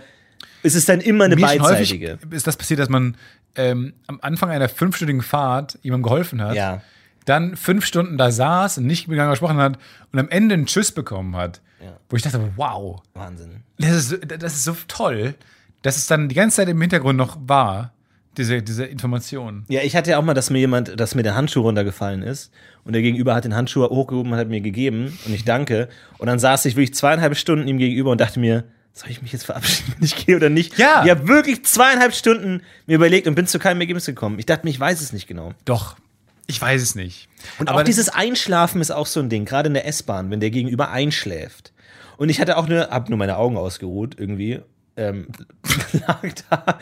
C: ist es dann immer eine
D: Mir ist schon häufig
C: beidseitige?
D: ist das passiert, dass man ähm, am Anfang einer fünfstündigen Fahrt jemandem geholfen hat,
C: Ja.
D: dann fünf Stunden da saß und nicht miteinander gesprochen hat und am Ende einen Tschüss bekommen hat. Wo ich dachte, wow,
C: Wahnsinn.
D: das ist, so- das ist so toll, dass es dann die ganze Zeit im Hintergrund noch war, diese, diese Information.
C: Ja, ich hatte ja auch mal, dass mir jemand, dass mir der Handschuh runtergefallen ist und der Gegenüber hat den Handschuh hochgehoben und hat mir gegeben und ich danke. Und dann saß ich wirklich zweieinhalb Stunden ihm gegenüber und dachte mir, soll ich mich jetzt verabschieden, wenn ich gehe oder nicht?
D: Ja.
C: Ich habe wirklich zweieinhalb Stunden mir überlegt und bin zu keinem Ergebnis gekommen. Ich dachte mir, ich weiß es nicht genau.
D: Doch, ich weiß es nicht.
C: Und
D: Aber
C: auch dieses Einschlafen ist auch so ein Ding, gerade in der S-Bahn, wenn der Gegenüber einschläft. Und ich hatte auch nur, hab nur meine Augen ausgeruht irgendwie, ähm, lag da,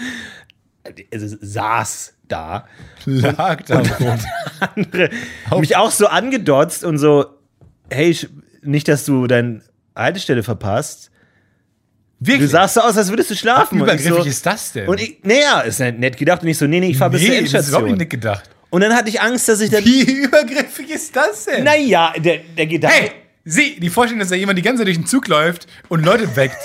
C: also saß da
D: lag da.
C: andere mich auch so angedotzt und so, hey, ich, nicht, dass du deine Haltestelle verpasst. Du
D: Wirklich?
C: sahst so aus, als würdest du schlafen.
D: Wie
C: Und ich
D: übergriffig
C: so,
D: ist das denn?
C: Und ich, naja, ist halt nett, nett gedacht. Und ich so, nee, nee, ich fahr bis zur
D: nee, das ist überhaupt
C: Endstation.
D: nicht gedacht.
C: Und dann hatte ich Angst, dass ich dann.
D: Wie übergriffig ist das denn?
C: Naja, der, der Gedanke.
D: Hey, sie, die Vorstellung, dass da jemand die ganze Zeit durch den Zug läuft und Leute weckt.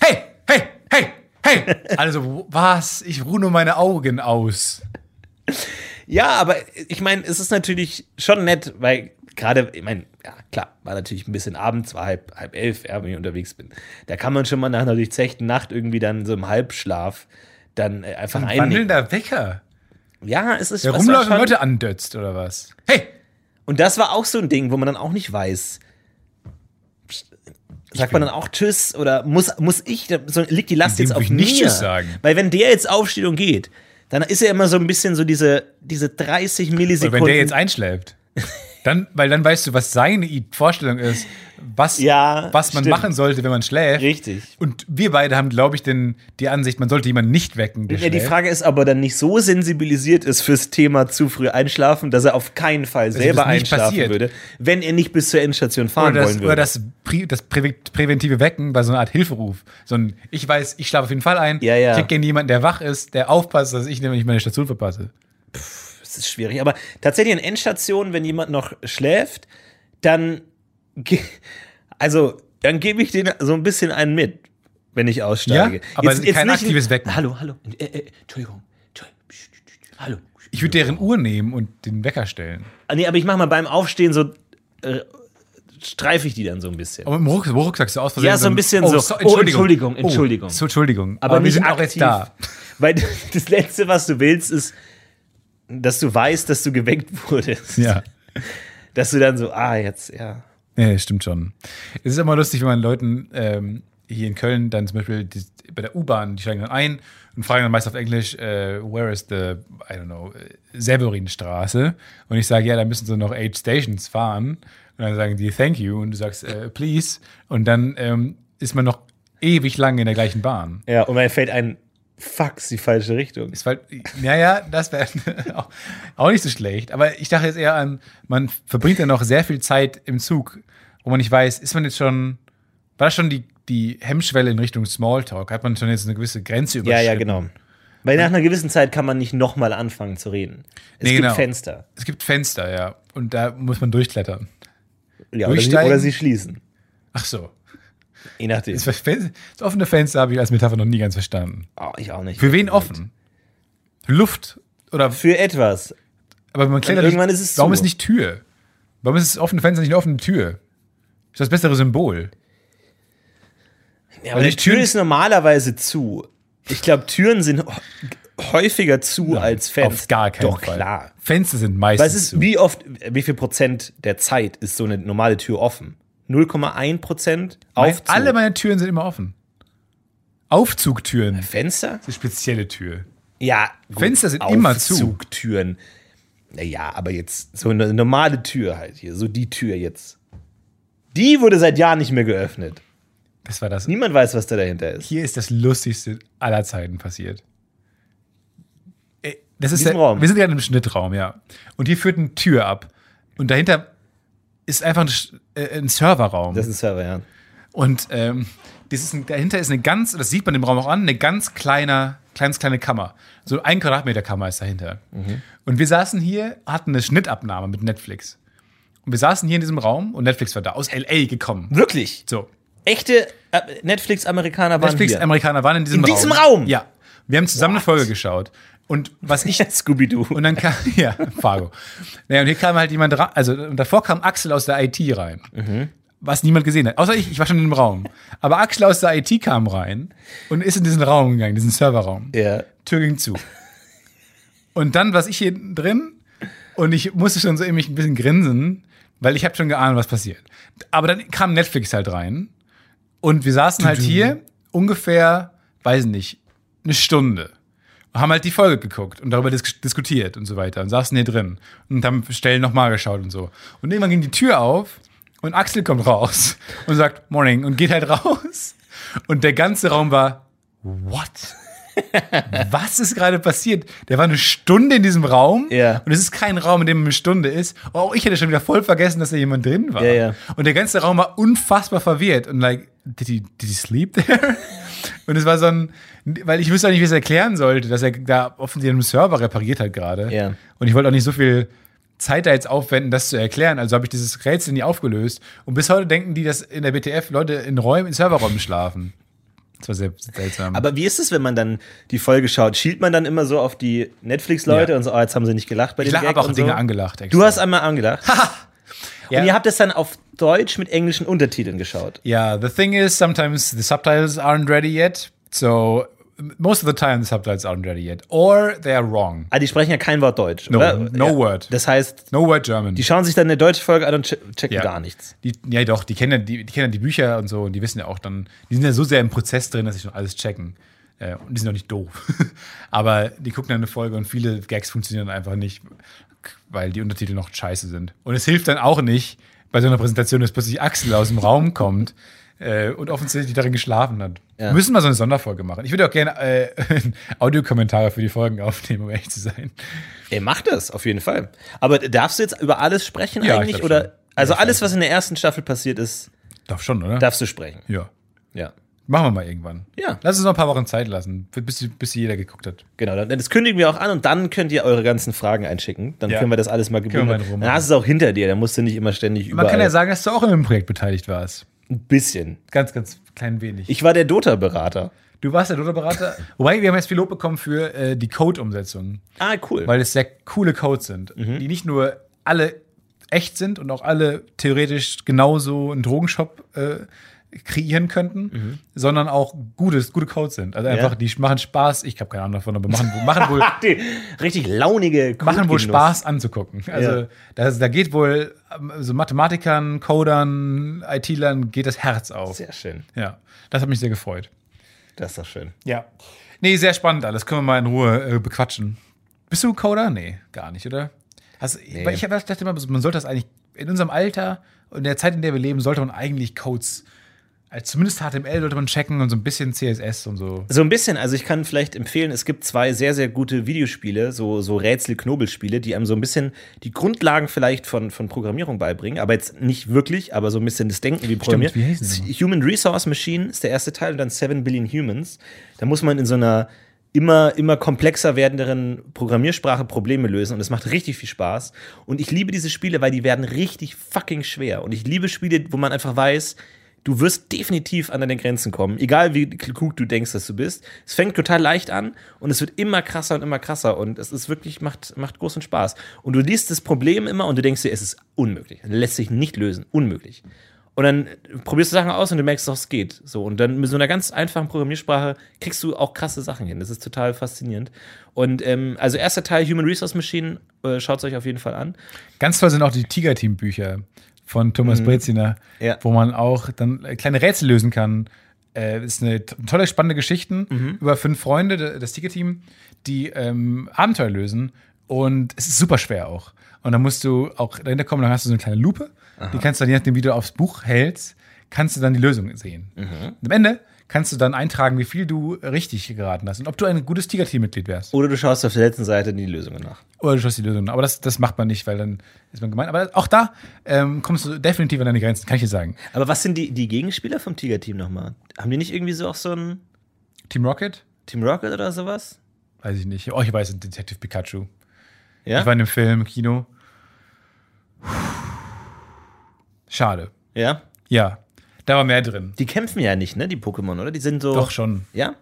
D: Hey, hey, hey, hey. Also, was? Ich ruhe nur meine Augen aus.
C: Ja, aber ich meine, es ist natürlich schon nett, weil gerade, ich meine, ja, klar, war natürlich ein bisschen abends, war halb, halb elf, ja, wenn ich unterwegs bin. Da kann man schon mal nach einer durchzechten Nacht irgendwie dann so im Halbschlaf dann äh, einfach einnehmen.
D: Wandelnder Wecker.
C: Ja, es ist
D: Der
C: es war
D: rumläuft und
C: schon-
D: Leute andötzt, oder was? Hey,
C: Und das war auch so ein Ding, wo man dann auch nicht weiß. Sagt man dann auch Tschüss oder muss, muss ich, da- so, liegt die Last
D: Dem
C: jetzt
D: würde
C: auf
D: ich nicht
C: mir?
D: Tschüss sagen.
C: Weil wenn der jetzt aufsteht und geht, dann ist ja immer so ein bisschen so diese, diese 30
D: und
C: Millisekunden.
D: wenn der jetzt einschläft. Dann, weil dann weißt du, was seine I- Vorstellung ist, was,
C: Ja,
D: was man
C: stimmt.
D: machen sollte, wenn man schläft.
C: Richtig.
D: Und wir beide haben, glaube ich, den, die Ansicht, man sollte jemanden nicht wecken. Der
C: ja, die
D: schläft.
C: Frage ist, ob er dann nicht so sensibilisiert ist fürs Thema zu früh einschlafen, dass er auf keinen Fall selber
D: das nicht
C: einschlafen
D: passiert.
C: würde, wenn er nicht bis zur Endstation fahren
D: oder das,
C: wollen würde.
D: oder das, Pri- das Prä präventive Wecken war so eine Art Hilferuf. So ein, ich weiß, ich schlafe auf jeden Fall ein.
C: Ja, ja.
D: Ich hätte gerne jemanden, der wach ist, der aufpasst, dass ich nämlich meine Station verpasse.
C: das ist schwierig. Aber tatsächlich in Endstationen, wenn jemand noch schläft, dann, ge- also, dann gebe ich den so ein bisschen einen mit, wenn ich aussteige.
D: Ja, aber kein
C: nicht-
D: aktives Wecken.
C: Hallo, hallo. Äh, äh, Entschuldigung. Entschuldigung. Psst, psst, psst. Hallo.
D: Ich würde deren Uhr nehmen und den Wecker stellen.
C: Ah, Nee, aber ich mache mal beim Aufstehen so, äh, streife ich die dann so ein bisschen.
D: Aber im Ruck- Rucksack sagst du aus Versehen
C: Ja, so ein bisschen so. Oh, Entschuldigung, Entschuldigung.
D: Oh, so, Entschuldigung.
C: aber,
D: wir
C: nicht
D: sind
C: aktiv.
D: auch jetzt da.
C: Weil das Letzte, was du willst, ist, dass du weißt, dass du geweckt wurdest.
D: Ja.
C: Dass du dann so, ah, jetzt, ja.
D: Nee, stimmt schon. Es ist immer lustig, wenn man Leuten ähm, hier in Köln dann zum Beispiel die, bei der U-Bahn, die steigen dann ein und fragen dann meist auf Englisch, äh, where is the, I don't know, äh, Severinstraße? Und ich sage, ja, da müssen so noch eight stations fahren. Und dann sagen die, thank you. Und du sagst, äh, please. Und dann ähm, ist man noch ewig lang in der gleichen Bahn.
C: Ja, und mir fällt ein, fuck, ist die falsche Richtung.
D: Ist weil, naja, das wäre auch, auch nicht so schlecht. Aber ich dachte jetzt eher an, man verbringt ja noch sehr viel Zeit im Zug, wo man nicht weiß, ist man jetzt schon, war das schon die, die Hemmschwelle in Richtung Smalltalk? Hat man schon jetzt eine gewisse Grenze
C: Ja,
D: überschritten?
C: ja, genau. Weil nach einer gewissen Zeit kann man nicht nochmal anfangen zu reden. Es
D: Nee,
C: gibt
D: genau.
C: Fenster.
D: Es gibt Fenster, ja. Und da muss man durchklettern.
C: Ja, oder, sie,
D: Durchsteigen?
C: oder sie schließen.
D: Ach so.
C: Je nachdem.
D: Das, Fen- das offene Fenster habe ich als Metapher noch nie ganz verstanden.
C: Oh, ich auch nicht.
D: Für wen offen? Für Luft? Oder,
C: Für etwas.
D: aber man klettert
C: irgendwann
D: nicht,
C: ist es
D: Warum
C: zu.
D: ist nicht Tür? Warum ist das offene Fenster nicht eine offene Tür? Ist das bessere Symbol?
C: Ja, aber die
D: Also die
C: Tür
D: Türen-
C: ist normalerweise zu. Ich glaube, Türen sind häufiger zu als Fenster.
D: Auf gar keinen
C: Doch,
D: Fall.
C: klar.
D: Fenster sind
C: Weil es
D: meistens
C: ist,
D: zu.
C: wie oft, wie viel Prozent der Zeit ist so eine normale Tür offen? 0,1 Prozent
D: Mein-
C: auf zu.
D: Alle meine Türen sind immer offen.
C: Äh,
D: Aufzugtüren. Das
C: Fenster?
D: ist eine spezielle Tür.
C: Ja, gut,
D: Fenster sind immer zu.
C: Aufzugtüren. Naja, aber jetzt so eine normale Tür halt hier, so die Tür jetzt. Die wurde seit Jahren nicht mehr geöffnet.
D: Das war das.
C: Niemand weiß, was da dahinter ist.
D: Hier ist das Lustigste aller Zeiten passiert. Äh, Das ist
C: diesem
D: der,
C: Raum.
D: Wir sind gerade im Schnittraum, ja. Und hier führt eine Tür ab. Und dahinter ist einfach ein, Sch- äh, ein Serverraum.
C: Das ist ein Server, ja.
D: Und ähm, das ist ein, dahinter ist eine ganz, das sieht man im Raum auch an, eine ganz kleine, ganz kleine Kammer. So ein Quadratmeter Kammer ist dahinter.
C: Mhm.
D: Und wir saßen hier, hatten eine Schnittabnahme mit Netflix. Und wir saßen hier in diesem Raum und Netflix war da, aus L.A. gekommen.
C: Wirklich?
D: So,
C: Echte äh, Netflix-Amerikaner waren hier.
D: Netflix-Amerikaner waren in
C: In
D: diesem Raum.
C: diesem Raum?
D: Ja. Wir haben zusammen eine Folge geschaut. Und was ich
C: Scooby-Doo.
D: und dann kam, ja, Fargo. Naja, und hier kam halt jemand rein, also und davor kam Axel aus der IT rein. Was niemand gesehen hat. Außer ich, ich war schon im Raum. Aber Axel aus der IT kam rein und ist in diesen Raum gegangen, diesen Serverraum.
C: Ja.
D: Tür ging zu. Und dann war ich hier drin und ich musste schon so in mich ein bisschen grinsen, weil ich habe schon geahnt, was passiert. Aber dann kam Netflix halt rein und wir saßen halt hier ungefähr, weiß nicht, eine Stunde. Und haben halt die Folge geguckt und darüber dis diskutiert und so weiter und saßen hier drin und haben Stellen nochmal geschaut und so. Und irgendwann ging die Tür auf und Axel kommt raus und sagt Morning und geht halt raus. Und der ganze Raum war What? was ist gerade passiert? Der war eine Stunde in diesem Raum
C: Ja.
D: und es ist kein Raum, in dem eine Stunde ist. Und auch ich hätte schon wieder voll vergessen, dass da jemand drin war.
C: Ja, ja.
D: Und der ganze Raum war unfassbar verwirrt und like, did he, did he sleep there? Und es war so ein, weil ich wüsste auch nicht, wie ich es erklären sollte, dass er da offensichtlich einen Server repariert hat gerade.
C: Ja.
D: Und ich wollte auch nicht so viel Zeit da jetzt aufwenden, das zu erklären. Also habe ich dieses Rätsel nie aufgelöst. Und bis heute denken die, dass in der BTF Leute in Räumen, in Serverräumen schlafen. Das war sehr seltsam.
C: Aber wie ist es, wenn man dann die Folge schaut? Schielt man dann immer so auf die Netflix-Leute
D: Ja.
C: und so, oh, jetzt haben sie nicht gelacht bei
D: ich
C: dem
D: habe
C: Gag
D: aber auch
C: und
D: Dinge
C: so.
D: angelacht. Extra.
C: Du hast einmal angelacht.
D: ja.
C: Und ihr habt das dann auf Deutsch mit englischen Untertiteln geschaut.
D: Yeah, the thing is, sometimes the subtitles aren't ready yet. So most of the time, the subtitles aren't ready yet, or they are wrong.
C: Ah, die sprechen ja kein Wort Deutsch,
D: No,
C: oder?
D: no
C: ja.
D: word.
C: Das heißt,
D: No word German.
C: die schauen sich dann eine deutsche Folge an und che- checken
D: Ja.
C: gar nichts.
D: Die, ja, doch, die kennen, ja die, die kennen ja die Bücher und so und die wissen ja auch dann, die sind ja so sehr im Prozess drin, dass sie schon alles checken. Äh, und die sind auch nicht doof. Aber die gucken dann eine Folge und viele Gags funktionieren einfach nicht, weil die Untertitel noch scheiße sind. Und es hilft dann auch nicht bei so einer Präsentation, dass plötzlich Axel aus dem Raum kommt. Äh, und offensichtlich darin geschlafen hat.
C: Ja.
D: Wir müssen mal so eine Sonderfolge machen. Ich würde auch gerne äh, Audiokommentare für die Folgen aufnehmen, um ehrlich zu sein.
C: Ey, mach das, auf jeden Fall. Aber darfst du jetzt über alles sprechen
D: Ja, ich
C: eigentlich?
D: glaub
C: Oder?
D: schon.
C: Also alles, was in der ersten Staffel passiert ist,
D: Darf schon, oder?
C: darfst du sprechen.
D: Ja.
C: Ja.
D: Machen wir mal irgendwann.
C: Ja.
D: Lass uns noch ein paar Wochen Zeit lassen, bis, bis jeder geguckt hat.
C: Genau, dann- das kündigen wir auch an und dann könnt ihr eure ganzen Fragen einschicken. Dann
D: Ja.
C: können wir das alles mal
D: wir mal
C: gebühren.
D: in Ruhe
C: Dann hast du es auch hinter dir, dann musst du nicht immer ständig überall.
D: Man kann ja sagen, dass du auch in einem Projekt beteiligt warst.
C: Ein bisschen.
D: Ganz, ganz klein wenig.
C: Ich war der Dota-Berater.
D: du warst der Dota-Berater. Wobei, wir haben jetzt viel Lob bekommen für äh, die Code-Umsetzung,
C: Ah, cool.
D: weil es sehr coole Codes sind, die nicht nur alle echt sind und auch alle theoretisch genauso einen Drogenshop äh, kreieren könnten, sondern auch gutes, gute Codes sind. Also einfach, die machen Spaß. Ich habe keine Ahnung davon, aber machen, machen wohl
C: die richtig launige
D: machen wohl
C: Grundgenuss.
D: Spaß anzugucken. Also
C: Ja.
D: das, da geht wohl ähm, so Mathematikern, Codern, IT-Lern geht das Herz auf.
C: Sehr schön.
D: Ja, das hat mich sehr gefreut.
C: Das ist doch schön.
D: Ja. Nee, sehr spannend alles. Können wir mal in Ruhe äh, bequatschen. Bist du Coder? Nee, gar nicht, oder? Also, weil ich hab- ich dachte immer, man sollte das eigentlich in unserem Alter und in der Zeit, in der wir leben, sollte man eigentlich Codes, als zumindest HTML sollte man checken und so ein bisschen CSS und so.
C: So ein bisschen, also ich kann vielleicht empfehlen, es gibt zwei sehr, sehr gute Videospiele, so, so Rätsel-Knobelspiele, die einem so ein bisschen die Grundlagen vielleicht von, von Programmierung beibringen, aber jetzt nicht wirklich, aber so ein bisschen das Denken wie Programmieren.
D: wie heißen die
C: S- Human Resource Machine ist der erste Teil und dann Seven Billion Humans. Da muss man in so einer immer, immer komplexer werdenderen Programmiersprache Probleme lösen und es macht richtig viel Spaß. Und ich liebe diese Spiele, weil die werden richtig fucking schwer. Und ich liebe Spiele, wo man einfach weiß, du wirst definitiv an deine Grenzen kommen, egal wie klug du denkst, dass du bist. Es fängt total leicht an und es wird immer krasser und immer krasser und es ist wirklich, macht, macht großen Spaß. Und du liest das Problem immer und du denkst dir, es ist unmöglich, lässt sich nicht lösen, unmöglich. Und dann probierst du Sachen aus und du merkst, doch, es geht. So, und dann mit so einer ganz einfachen Programmiersprache kriegst du auch krasse Sachen hin. Das ist total faszinierend. Und ähm, also erster Teil Human Resource Machine, äh, schaut es euch auf jeden Fall an.
D: Ganz toll sind auch die Tiger-Team-Bücher von Thomas Breziner,
C: Ja.
D: wo man auch dann äh, kleine Rätsel lösen kann. Äh, ist eine t- tolle, spannende Geschichten über fünf Freunde, de- das Tiger-Team, die ähm, Abenteuer lösen. Und es ist super schwer auch. Und dann musst du auch dahinter kommen, dann hast du so eine kleine Lupe. Die kannst du dann, je nachdem, wie du aufs Buch hältst, kannst du dann die Lösung sehen. Und am Ende kannst du dann eintragen, wie viel du richtig geraten hast und ob du ein gutes Tiger-Team-Mitglied wärst.
C: Oder du schaust auf der letzten Seite die Lösungen nach.
D: Oder du schaust die Lösung. Aber das, das macht man nicht, weil dann ist man gemein. Aber auch da ähm, kommst du definitiv an deine Grenzen, kann ich dir sagen.
C: Aber was sind die, die Gegenspieler vom Tiger-Team nochmal? Haben die nicht irgendwie so auch so ein
D: Team Rocket?
C: Team Rocket oder sowas?
D: Weiß ich nicht. Oh, ich weiß, Detective Pikachu.
C: Ja?
D: Ich war in dem Film, im Kino. Schade.
C: ja?
D: Ja, da war mehr drin.
C: Die kämpfen ja nicht, ne, die Pokémon, oder? Die sind so.
D: Doch schon,
C: Ja?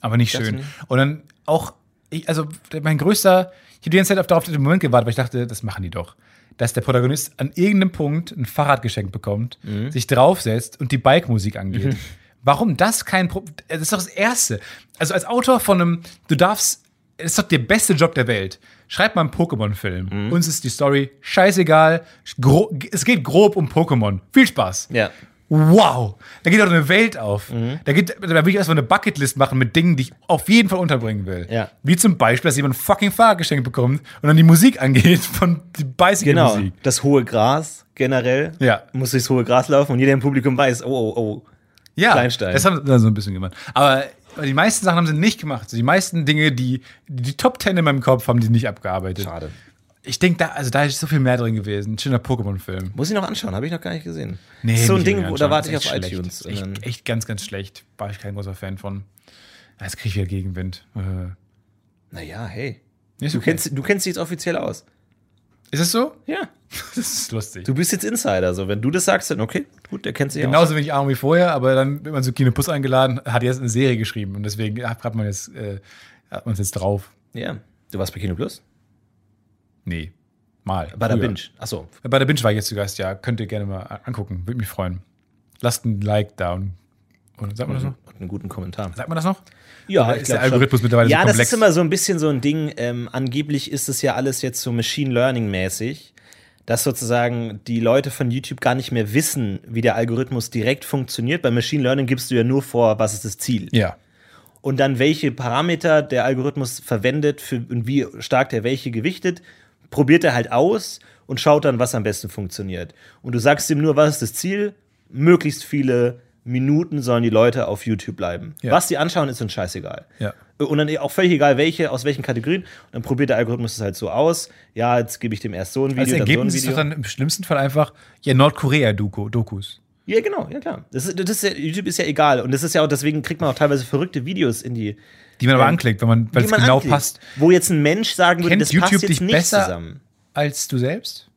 D: aber nicht
C: Das
D: schön.
C: nicht.
D: Und dann auch, ich, also mein größter, ich habe die ganze Zeit auf- darauf den Moment gewartet, weil ich dachte, das machen die doch. Dass der Protagonist an irgendeinem Punkt ein Fahrrad geschenkt bekommt, sich draufsetzt und die Bike-Musik angeht. Warum das kein Problem? Das ist doch das Erste. Also als Autor von einem, du darfst, das ist doch der beste Job der Welt. Schreib mal einen Pokémon-Film. Uns ist die Story scheißegal. Gro es geht grob um Pokémon. Viel Spaß.
C: Ja.
D: Wow, da geht doch eine Welt auf.
C: Mhm.
D: Da, geht, da will ich erstmal eine Bucketlist machen mit Dingen, die ich auf jeden Fall unterbringen will.
C: Ja.
D: Wie zum Beispiel, dass jemand ein fucking Fahrrad geschenkt bekommt und dann die Musik angeht von die
C: Genau.
D: Bicycle-Musik.
C: Das hohe Gras generell.
D: Ja.
C: Muss durchs hohe Gras laufen und jeder im Publikum weiß, oh, oh, oh.
D: Ja,
C: Kleinstein.
D: das haben sie so ein bisschen gemacht. Aber Weil die meisten Sachen haben sie nicht gemacht. Die meisten Dinge, die die, die Top Ten in meinem Kopf haben die nicht abgearbeitet.
C: Schade.
D: Ich denke, da, also da ist so viel mehr drin gewesen. Ein schöner Pokémon-Film.
C: Muss ich noch anschauen, habe ich noch gar nicht gesehen.
D: Nee,
C: so ein
D: nicht
C: Ding,
D: länger
C: wo- da
D: anschauen.
C: warte ich
D: Ist
C: auf
D: echt schlecht.
C: iTunes.
D: Ist
C: und dann-
D: Echt, echt ganz, ganz schlecht. War ich kein großer Fan von. Jetzt kriege ich wieder Gegenwind. Äh,
C: Naja, hey.
D: ist
C: Du
D: okay.
C: kennst, du kennst dich jetzt offiziell aus.
D: Ist es so?
C: Ja.
D: Das ist lustig.
C: Du bist jetzt Insider. So, wenn du das sagst, dann okay, gut, der kennt sich aus.
D: Genauso wenig Ahnung wie vorher, aber dann wird man zu Kino Plus eingeladen, hat jetzt eine Serie geschrieben und deswegen hat hat man jetzt, äh, hat man es jetzt drauf.
C: Ja. Du warst bei Kino Plus?
D: Nee. Mal.
C: Bei der
D: Früher.
C: Binge. Achso.
D: Bei der Binge war ich jetzt zu Gast, ja. Könnt ihr gerne mal a- angucken. Würde mich freuen. Lasst ein Like da und, und sagt man das noch?
C: Und einen guten Kommentar.
D: Sagt man das noch?
C: Ja,
D: Oder
C: ich
D: ist
C: glaub
D: der Algorithmus
C: schon.
D: mittlerweile so
C: Ja, das
D: komplex?
C: ist immer so ein bisschen so ein Ding. Ähm, angeblich ist es ja alles jetzt so Machine Learning mäßig, dass sozusagen die Leute von YouTube gar nicht mehr wissen, wie der Algorithmus direkt funktioniert. Bei Machine Learning gibst du ja nur vor, was ist das Ziel.
D: Ja.
C: Und dann, welche Parameter der Algorithmus verwendet für, und wie stark der welche gewichtet, probiert er halt aus und schaut dann, was am besten funktioniert. Und du sagst ihm nur, was ist das Ziel? Möglichst viele Minuten sollen die Leute auf YouTube bleiben.
D: Ja.
C: Was die anschauen, ist uns scheißegal.
D: Ja.
C: Und dann auch völlig egal, welche, aus welchen Kategorien. Und dann probiert der Algorithmus das halt so aus. Ja, jetzt gebe ich dem erst so ein Video.
D: Als Ergebnis
C: dann
D: ist
C: so ein
D: doch
C: Video.
D: dann im schlimmsten Fall einfach, ja, Nordkorea-Dokus.
C: Ja, genau, ja klar. Das ist, das ist ja, YouTube ist ja egal. Und das ist ja auch, deswegen kriegt man auch teilweise verrückte Videos in die,
D: Die man aber
C: Ähm,
D: anklickt, wenn man, weil
C: die
D: es
C: man
D: genau
C: anklickt.
D: passt.
C: Wo jetzt ein Mensch sagen würde,
D: Kennt
C: das
D: YouTube
C: passt jetzt
D: dich
C: nicht
D: besser?
C: zusammen.
D: Als du selbst?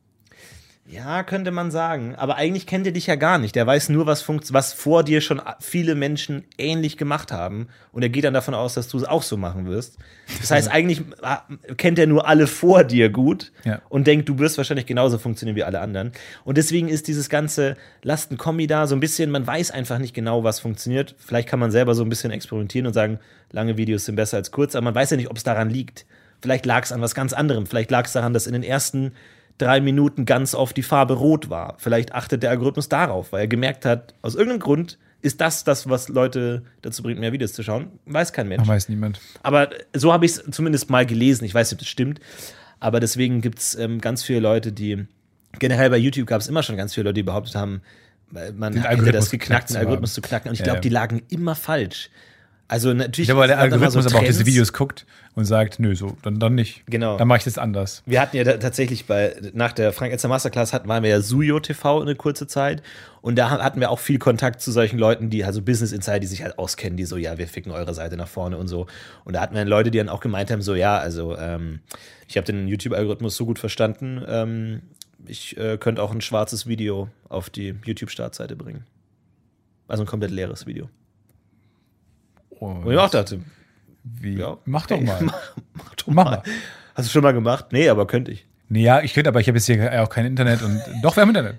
C: Ja, könnte man sagen. Aber eigentlich kennt er dich ja gar nicht. Der weiß nur, was, funkt, was vor dir schon a- viele Menschen ähnlich gemacht haben. Und er geht dann davon aus, dass du es auch so machen wirst. Das
D: Also
C: heißt, eigentlich äh, kennt er nur alle vor dir gut
D: Ja.
C: und denkt, du wirst wahrscheinlich genauso funktionieren wie alle anderen. Und deswegen ist dieses ganze Lastenkombi da so ein bisschen, man weiß einfach nicht genau, was funktioniert. Vielleicht kann man selber so ein bisschen experimentieren und sagen, lange Videos sind besser als kurz, aber man weiß ja nicht, ob es daran liegt. Vielleicht lag es an was ganz anderem. Vielleicht lag es daran, dass in den ersten drei Minuten ganz oft die Farbe rot war. Vielleicht achtet der Algorithmus darauf, weil er gemerkt hat, aus irgendeinem Grund ist das das, was Leute dazu bringt, mehr Videos zu schauen. Weiß kein Mensch.
D: Man weiß niemand.
C: Aber so habe ich es zumindest mal gelesen. Ich weiß nicht, ob das stimmt. Aber deswegen gibt es ähm, ganz viele Leute, die generell bei YouTube gab es immer schon ganz viele Leute, die behauptet haben, äh, man hätte
D: Algorithmus
C: das geknackt, den
D: geknackt zu
C: Algorithmus
D: haben.
C: zu knacken. Und ich
D: Ja,
C: glaube,
D: ja.
C: die lagen immer falsch. Also natürlich.
D: Ich glaube, der
C: es gab dann mal so
D: Algorithmus aber auch diese
C: Trends.
D: Videos guckt und sagt, nö, so, dann, dann nicht.
C: Genau.
D: Dann mache ich das anders.
C: Wir hatten ja da tatsächlich bei, nach der Frank Elster Masterclass hatten, waren wir ja Suyo TV eine kurze Zeit. Und da hatten wir auch viel Kontakt zu solchen Leuten, die, also Business Insider, die sich halt auskennen, die so, ja, wir ficken eure Seite nach vorne und so. Und da hatten wir dann Leute, die dann auch gemeint haben, so, ja, also, ähm, ich habe den YouTube-Algorithmus so gut verstanden, ähm, ich äh, könnte auch ein schwarzes Video auf die YouTube-Startseite bringen. Also ein komplett leeres Video.
D: Oh,
C: Und ich auch dachte,
D: wie,
C: ja.
D: Mach doch
C: Ey,
D: mal.
C: mach, mach doch
D: Mach
C: mal.
D: mal.
C: Hast du schon mal gemacht? Nee, aber könnte ich.
D: Nee, ja, ich könnte, aber ich habe jetzt hier auch kein Internet und doch, wir haben Internet.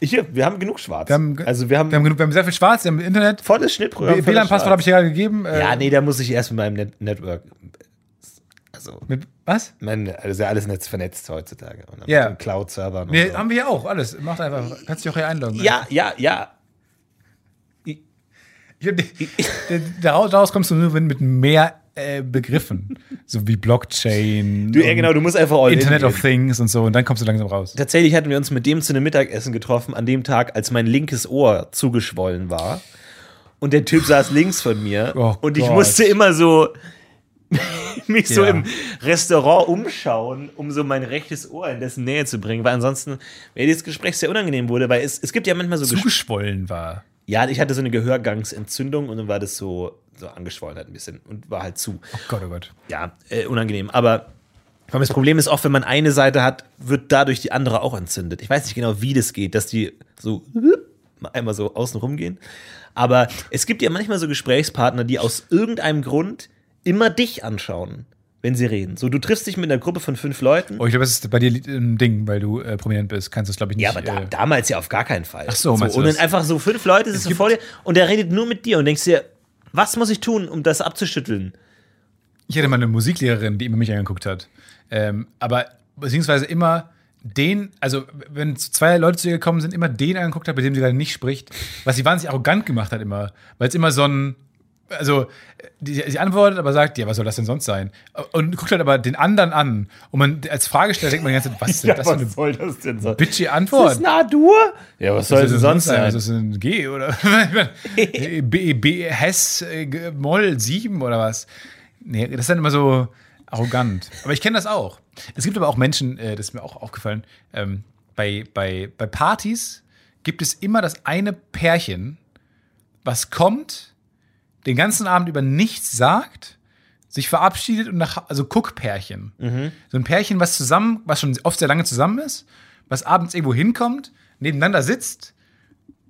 C: Hier, wir haben genug Schwarz.
D: Wir haben,
C: also wir haben,
D: wir haben, genug, wir haben sehr viel Schwarz, wir haben Internet.
C: volles Schnittprogramm. volles
D: WLAN-Passwort habe ich dir gerade gegeben. äh,
C: Ja, nee, da muss ich erst mit meinem Net Network. Also,
D: Mit, was?
C: man, das ist ja alles Netz vernetzt heutzutage. Und dann
D: Ja.
C: mit den Cloud-Servern. und
D: Nee,
C: so.
D: haben wir ja auch, alles. Macht einfach, kannst dich auch hier einloggen.
C: Ja, ja, ja.
D: Ich hab, die- die- daraus, daraus kommst du nur wenn mit mehr äh, Begriffen. So wie Blockchain.
C: Du, ja,
D: und
C: genau, du musst einfach all in
D: Internet of
C: gehen.
D: Things und so und dann kommst du langsam raus.
C: Tatsächlich hatten wir uns mit dem zu einem Mittagessen getroffen, an dem Tag, als mein linkes Ohr zugeschwollen war. Und der Typ saß links von mir.
D: Oh
C: und ich
D: Gott.
C: musste immer so mich so
D: Ja.
C: im Restaurant umschauen, um so mein rechtes Ohr in dessen Nähe zu bringen, weil ansonsten wäre dieses Gespräch sehr unangenehm wurde, weil es, es gibt ja manchmal so Gespräche.
D: Zugeschwollen war.
C: Ja, ich hatte so eine Gehörgangsentzündung und dann war das so, so angeschwollen halt ein bisschen und war halt zu.
D: Oh Gott, oh Gott.
C: Ja, äh, unangenehm. Aber vor allem das Problem ist oft, wenn man eine Seite hat, wird dadurch die andere auch entzündet. Ich weiß nicht genau, wie das geht, dass die so einmal so außen rumgehen. Aber es gibt ja manchmal so Gesprächspartner, die aus irgendeinem Grund immer dich anschauen, wenn sie reden. So, du triffst dich mit einer Gruppe von fünf Leuten.
D: Oh, ich glaube, das ist bei dir ein Ding, weil du äh, prominent bist. Kannst du es, glaube ich, nicht.
C: Ja, aber da,
D: äh,
C: damals ja auf gar keinen Fall.
D: Ach so, meinst du
C: Und dann
D: das?
C: einfach so fünf Leute sitzen vor dir und der redet nur mit dir und denkst dir, was muss ich tun, um das abzuschütteln?
D: Ich hatte mal eine Musiklehrerin, die immer mich angeguckt hat. Ähm, aber beziehungsweise immer den, also wenn so zwei Leute zu ihr gekommen sind, immer den angeguckt hat, bei dem sie gerade nicht spricht, was sie wahnsinnig arrogant gemacht hat immer. Weil es immer so ein, also die, sie antwortet, aber sagt, ja, was soll das denn sonst sein? Und guckt halt aber den anderen an. Und man als Fragesteller denkt man die ganze Zeit, was ist denn das für eine
C: soll das denn sein?
D: bitchy
C: Das
D: Antwort?
C: ist eine A-Dur? Ja, was soll
D: Was
C: denn sonst sein?
D: also Ist das ein G oder Ich mein, äh, B, B, Hess, äh, G- Moll 7 oder was? Nee, das ist dann immer so arrogant. Aber ich kenne das auch. Es gibt aber auch Menschen, äh, das ist mir auch aufgefallen, ähm, bei, bei, bei Partys gibt es immer das eine Pärchen, was kommt, den ganzen Abend über nichts sagt, sich verabschiedet und nach, also Guckpärchen. So ein Pärchen, was zusammen, was schon oft sehr lange zusammen ist, was abends irgendwo hinkommt, nebeneinander sitzt,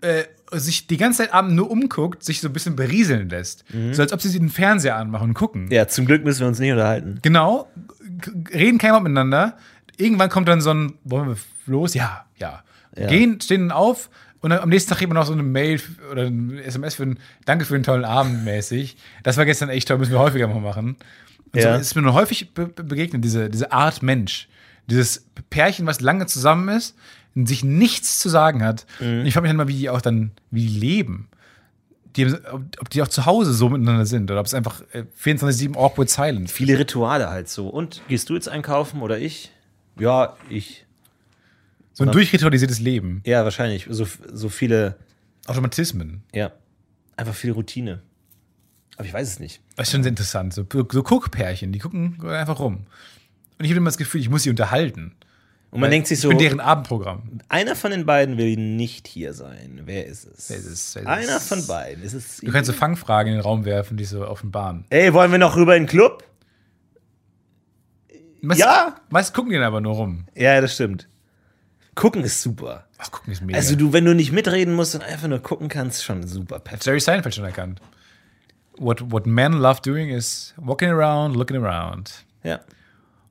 D: äh, sich die ganze Zeit abend nur umguckt, sich so ein bisschen berieseln lässt. So als ob sie sich den Fernseher anmachen und gucken.
C: Ja, zum Glück müssen wir uns nicht unterhalten.
D: Genau, g- reden kein Wort miteinander. Irgendwann kommt dann so ein, wollen wir los? Ja, ja. Gehen, stehen dann auf und dann am nächsten Tag kriegt man noch so eine Mail f- oder ein SMS für einen Danke für den tollen Abend mäßig. Das war gestern echt toll, müssen wir häufiger mal machen. Und
C: Ja.
D: so ist mir nur häufig be be- begegnet, diese, diese Art Mensch. Dieses Pärchen, was lange zusammen ist und sich nichts zu sagen hat. Und ich frage mich dann mal, wie die auch dann, wie die leben. Die, haben- ob, ob die auch zu Hause so miteinander sind oder ob es einfach äh, 24-7 awkward silence
C: Viele Rituale halt so. Und gehst du jetzt einkaufen oder ich? Ja, ich.
D: So ein durchritualisiertes Leben.
C: Ja, wahrscheinlich. So, so viele,
D: Automatismen.
C: ja, einfach viel Routine. Aber ich weiß es nicht.
D: Das ist schon sehr interessant. So, so Guckpärchen, die gucken einfach rum. Und ich habe immer das Gefühl, ich muss sie unterhalten.
C: Und man denkt sich
D: ich
C: so,
D: bin deren Abendprogramm.
C: einer von den beiden will nicht hier sein. Wer ist es?
D: Wer ist es? Wer ist
C: Einer
D: es?
C: von beiden. Ist es
D: Du kannst so Fangfragen in den Raum werfen, die so offenbaren.
C: Ey, wollen wir noch rüber in den Club?
D: Meist,
C: Ja!
D: Meist gucken die dann aber nur rum.
C: Ja, das stimmt. Gucken ist super.
D: Ach, gucken ist mega.
C: Also du, wenn du nicht mitreden musst und einfach nur gucken kannst, schon super perfekt.
D: Jerry Seinfeld schon erkannt. What, what men love doing is walking around, looking around.
C: Ja.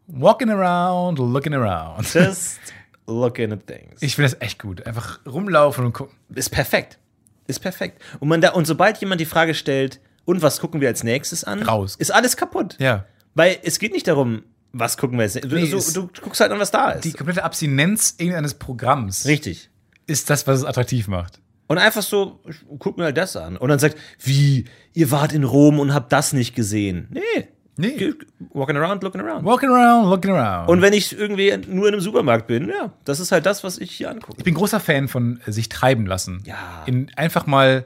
D: Walking around, looking around.
C: Just looking at things.
D: Ich finde das echt gut. Einfach rumlaufen und gucken.
C: ist perfekt. Ist perfekt. Und man da und sobald jemand die Frage stellt, und was gucken wir als nächstes an?
D: Raus.
C: Ist alles kaputt.
D: Ja.
C: Weil es geht nicht darum, was gucken wir als nächstes.
D: Nee,
C: du,
D: es-
C: so, du guckst halt an, was da ist.
D: Die komplette Abstinenz irgendeines Programms
C: Richtig.
D: ist das, was es attraktiv macht.
C: Und einfach so, ich guck mir halt das an. Und dann sagt, wie, ihr wart in Rom und habt das nicht gesehen. Nee.
D: Nee.
C: Ge- Walking around, looking around.
D: Walking around, looking around.
C: Und wenn ich irgendwie nur in einem Supermarkt bin, ja, das ist halt das, was ich hier angucke.
D: ich bin großer Fan von äh, sich treiben lassen.
C: Ja.
D: In, einfach mal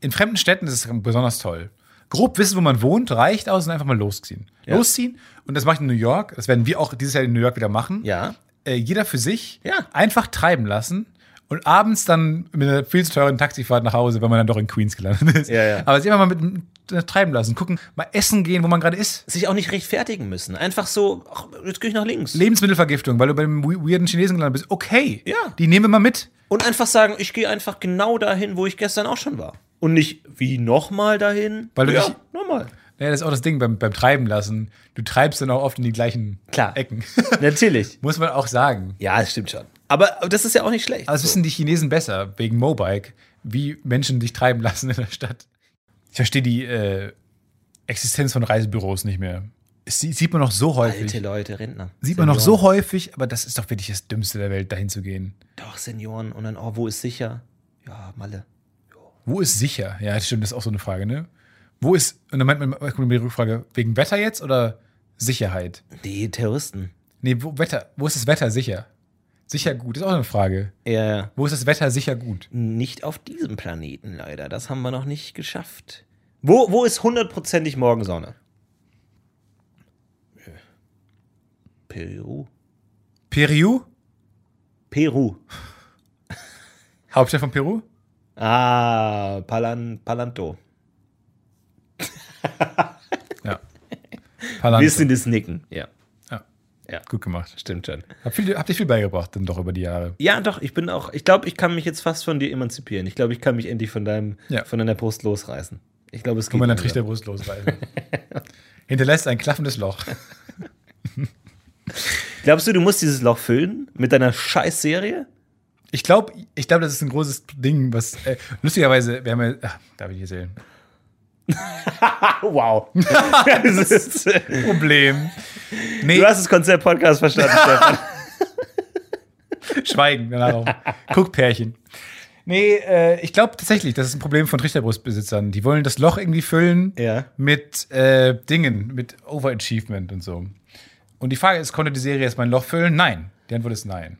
D: in fremden Städten ist es besonders toll. Grob wissen, wo man wohnt, reicht aus und einfach mal losziehen. Losziehen und das mache ich in New York. Das werden wir auch dieses Jahr in New York wieder machen.
C: Ja.
D: Äh, jeder für sich.
C: Ja.
D: Einfach treiben lassen. Und abends dann mit einer viel zu teuren Taxifahrt nach Hause, wenn man dann doch in Queens gelandet ist.
C: Ja, ja.
D: Aber sich einfach mal mit, mit äh, treiben lassen, gucken, mal essen gehen, wo man gerade ist.
C: Sich auch nicht rechtfertigen müssen. Einfach so, ach, jetzt gehe ich nach links.
D: Lebensmittelvergiftung, weil du bei dem we- weirden Chinesen gelandet bist. Okay,
C: Ja.
D: die nehmen wir mal mit.
C: Und einfach sagen, ich gehe einfach genau dahin, wo ich gestern auch schon war. Und nicht, wie, nochmal dahin?
D: Weil du
C: ja,
D: dich-
C: nochmal.
D: Ja, das ist auch das Ding beim, beim Treiben lassen. Du treibst dann auch oft in die gleichen
C: Klar.
D: Ecken.
C: Natürlich.
D: Muss man auch sagen.
C: Ja, das stimmt schon. Aber aber das ist ja auch nicht schlecht.
D: Aber das wissen die Chinesen besser, wegen Mobike, wie Menschen dich treiben lassen in der Stadt. Ich verstehe die äh, Existenz von Reisebüros nicht mehr. Es sie- sieht man noch so häufig.
C: Alte Leute, Rentner.
D: Sieht man noch so häufig, aber das ist doch wirklich das Dümmste der Welt, dahin zu gehen.
C: Doch, Senioren. Und dann, oh, wo ist sicher? Ja, Malle.
D: Wo ist sicher? Ja, das stimmt, das ist auch so eine Frage, ne? Wo ist, und dann meint man, kommt immer die Rückfrage, wegen Wetter jetzt oder Sicherheit?
C: Die Terroristen.
D: Nee, wo, Wetter, wo ist das Wetter sicher? Sicher gut, ist auch eine Frage.
C: Ja, ja.
D: Wo ist das Wetter sicher gut?
C: Nicht auf diesem Planeten, leider. Das haben wir noch nicht geschafft. Wo, wo ist hundertprozentig Morgensonne? Äh, Peru.
D: Peru?
C: Peru.
D: Hauptstadt von Peru?
C: Ah, Palan, Palanto.
D: Ja. Palanque.
C: das Nicken. Ja.
D: Gut gemacht.
C: Stimmt schon.
D: Hab, viel, hab dich viel beigebracht, dann doch über die Jahre.
C: Ja, doch, ich bin auch, ich glaube, ich kann mich jetzt fast von dir emanzipieren. Ich glaube, ich kann mich endlich von deinem,
D: Ja.
C: von deiner Brust losreißen. Ich glaube, es geht.
D: Kann man dann
C: langsam.
D: Trichter Brust losreißen. Hinterlässt ein klaffendes Loch.
C: Glaubst du, du musst dieses Loch füllen mit deiner Scheißserie?
D: Ich glaube, ich glaub, das ist ein großes Ding, was. Äh, lustigerweise, wir haben ja. Ach, darf ich hier sehen?
C: Wow. das ist, du
D: Problem. Nee,
C: hast das Konzept Podcast verstanden, Stefan.
D: schweigen. Danach auch. Guck, genau. Pärchen. Nee, äh, ich glaube tatsächlich, das ist ein Problem von Trichterbrustbesitzern. Die wollen das Loch irgendwie füllen
C: Ja.
D: mit äh, Dingen, mit Overachievement und so. Und die Frage ist, konnte die Serie jetzt mein Loch füllen? Nein. Die Antwort ist nein.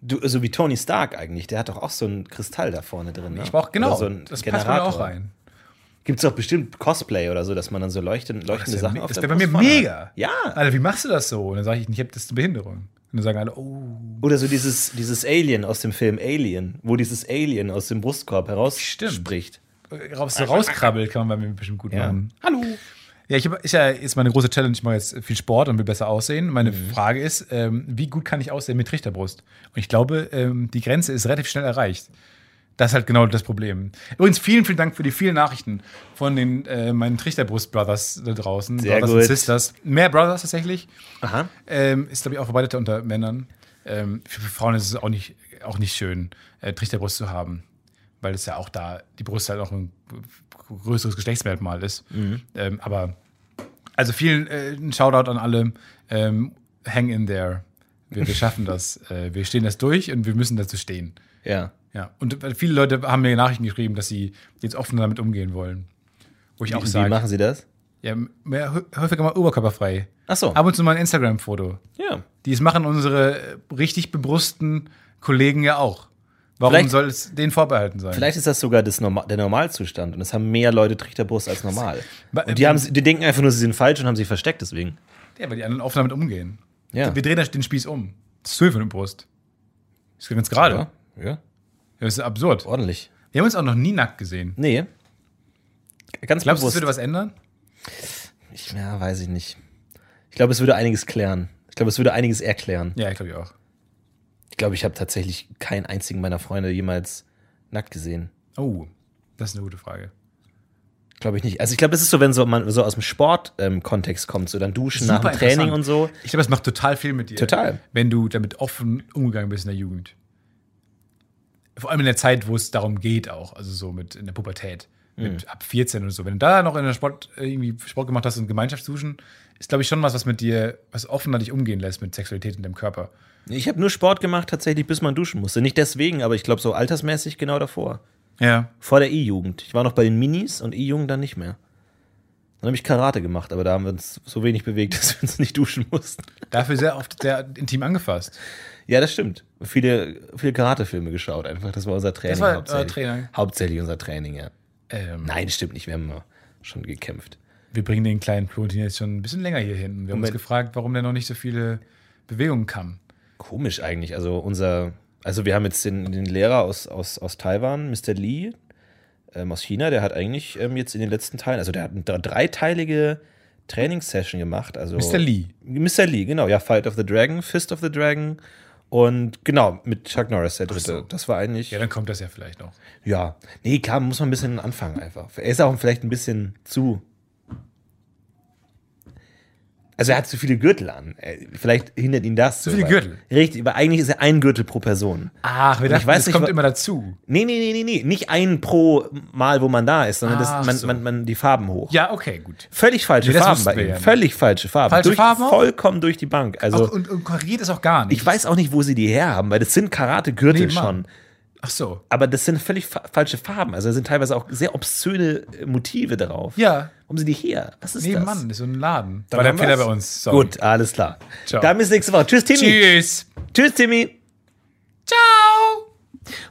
C: Du, so wie Tony Stark eigentlich, der hat doch auch so einen Kristall da vorne drin. Ne?
D: Ich brauche genau,
C: Oder so einen
D: das passt bei mir
C: Generator.
D: auch rein.
C: Gibt es doch bestimmt Cosplay oder so, dass man dann so leuchten,
D: Das,
C: leuchtende
D: ist ja
C: Sachen
D: me-
C: auf
D: das
C: der
D: wäre bei mir
C: Brust vorne hat.
D: mega.
C: Ja,
D: Alter, wie machst du das so? Und dann sage ich, ich habe das ist eine Behinderung. Und dann sagen alle, oh,
C: oder so dieses, dieses Alien aus dem Film Alien, wo dieses Alien aus dem Brustkorb
D: Stimmt.
C: herausspricht.
D: Äh, raus, so rauskrabbelt kann man bei mir bestimmt gut
C: Ja.
D: machen.
C: Hallo.
D: Ja, ich hab, ist ja jetzt meine große Challenge. Ich mache jetzt viel Sport und will besser aussehen. Meine Frage ist, ähm, wie gut kann ich aussehen mit Trichterbrust? Und ich glaube, ähm, die Grenze ist relativ schnell erreicht. Das ist halt genau das Problem. Übrigens, vielen, vielen Dank für die vielen Nachrichten von den äh, meinen Trichterbrust-Brothers da draußen.
C: Sehr
D: Brothers
C: gut.
D: und Sisters. Mehr Brothers tatsächlich.
C: Aha.
D: Ähm, ist, glaube ich, auch verbreitet unter Männern. Ähm, für, für Frauen ist es auch nicht, auch nicht schön, äh, Trichterbrust zu haben. Weil es ja auch da, die Brust halt auch ein größeres Geschlechtsmerkmal ist.
C: Mhm.
D: Ähm, aber, also vielen äh, ein Shoutout an alle. Ähm, hang in there. Wir, wir schaffen das. Äh, wir stehen das durch und wir müssen dazu stehen.
C: Ja.
D: Ja. Und viele Leute haben mir Nachrichten geschrieben, dass sie jetzt offener damit umgehen wollen. Wo ich
C: Wie,
D: auch
C: wie
D: sage,
C: machen sie das?
D: ja, mehr, hö- häufiger mal oberkörperfrei.
C: Ach so.
D: Ab und zu mal ein Instagram-Foto.
C: Ja.
D: Die es machen unsere äh, richtig bebrusten Kollegen ja auch. Warum
C: Vielleicht-
D: soll es denen vorbehalten sein?
C: Vielleicht ist das sogar das Norma der Normalzustand und es haben mehr Leute Trichterbrust als normal.
D: Ba-
C: Und die, haben, die denken einfach nur, sie sind falsch und haben sich versteckt deswegen.
D: äh, Ja, weil die anderen offen damit umgehen.
C: Ja.
D: Wir drehen das- den Spieß um. Das ist Höhe von der Brust. Das geht ganz gerade.
C: Ja, ja.
D: Das ist absurd.
C: ordentlich.
D: Wir haben uns auch noch nie nackt gesehen.
C: Nee. Ganz
D: Glaubst du,
C: bewusst.
D: das würde was ändern?
C: Ich, ja, weiß ich nicht. Ich glaube, es würde einiges klären. Ich glaube, es würde einiges erklären.
D: Ja, ich glaube ich auch.
C: Ich glaube, ich habe tatsächlich keinen einzigen meiner Freunde jemals nackt gesehen.
D: Oh, das ist eine gute Frage.
C: Glaube ich nicht. Also ich glaube, das ist so, wenn so man so aus dem Sport-Kontext kommt, so dann duschen nach
D: Super
C: dem Training
D: interessant.
C: und so.
D: Ich glaube, es macht total viel mit dir.
C: Total.
D: Wenn du damit offen umgegangen bist in der Jugend. Vor allem in der Zeit, wo es darum geht auch, also so mit in der Pubertät,
C: Mhm.
D: mit ab 14 und so. Wenn du da noch in der Sport äh, irgendwie Sport gemacht hast und Gemeinschaftsduschen, ist glaube ich schon was, was mit dir, was offener dich umgehen lässt mit Sexualität in deinem Körper.
C: Ich habe nur Sport gemacht tatsächlich, bis man duschen musste. Nicht deswegen, aber ich glaube so altersmäßig genau davor.
D: Ja.
C: Vor der E-Jugend. Ich war noch bei den Minis und E-Jugend dann nicht mehr. Dann habe ich Karate gemacht, aber da haben wir uns so wenig bewegt, dass wir uns nicht duschen mussten.
D: Dafür sehr oft sehr intim angefasst.
C: Ja, das stimmt. Viele, viele Karate-Filme geschaut einfach. Das war unser Training.
D: war euer
C: hauptsächlich.
D: Training.
C: Hauptsächlich unser Training, ja.
D: Ähm,
C: Nein, stimmt nicht. Wir haben mal schon gekämpft.
D: Wir bringen den kleinen Florentin jetzt schon ein bisschen länger hier hin. Wir haben uns
C: Moment.
D: gefragt, warum der noch nicht so viele Bewegungen kann.
C: Komisch eigentlich. Also unser, also wir haben jetzt den, den Lehrer aus, aus, aus Taiwan, Mr. Lee, ähm, aus China, der hat eigentlich ähm, jetzt in den letzten Teilen, also der hat eine dre- dreiteilige Trainingssession gemacht. Also
D: Mr. Lee.
C: Mr. Lee, genau, ja, Fight of the Dragon, Fist of the Dragon und genau, mit Chuck Norris, der dritte. Das war eigentlich.
D: Ja, dann kommt das ja vielleicht noch.
C: Ja, nee, klar, muss man ein bisschen anfangen einfach. Er ist auch vielleicht ein bisschen zu. Also er hat zu viele Gürtel an. Äh, Vielleicht hindert ihn das. Zu
D: viele
C: weit.
D: Gürtel?
C: Richtig, aber eigentlich ist er ein Gürtel pro Person.
D: Ach, wir
C: dachten,
D: dachten, das
C: das
D: kommt
C: wa-
D: immer dazu.
C: Nee, nee, nee, nee, nee. Nicht ein pro Mal, wo man da ist, sondern
D: Ach
C: das, man,
D: so.
C: man, man die Farben hoch.
D: Ja, okay, gut.
C: Völlig falsche
D: Nee, das
C: Farben
D: wussten
C: bei
D: wir
C: ihm.
D: ja nicht.
C: Völlig falsche Farben.
D: Falsche
C: durch,
D: Farben auch?
C: Vollkommen durch die Bank. Also
D: Auch, und, und kariert ist auch gar nicht.
C: ich weiß auch nicht, wo sie die her haben, weil das sind Karate-Gürtel
D: Nee, Mann.
C: schon.
D: Ach so.
C: Aber das sind völlig fa falsche Farben. Also da sind teilweise auch sehr obszöne äh, Motive drauf.
D: Ja.
C: Warum sind die her? Was ist das?
D: Nebenan ist so ein Laden. War der
C: haben
D: Fehler
C: wir's.
D: bei uns. Sorry.
C: Gut, alles klar.
D: Ciao.
C: Dann bis nächste Woche. Tschüss, Timmy.
D: Tschüss.
C: Tschüss, Timmy.
D: Ciao.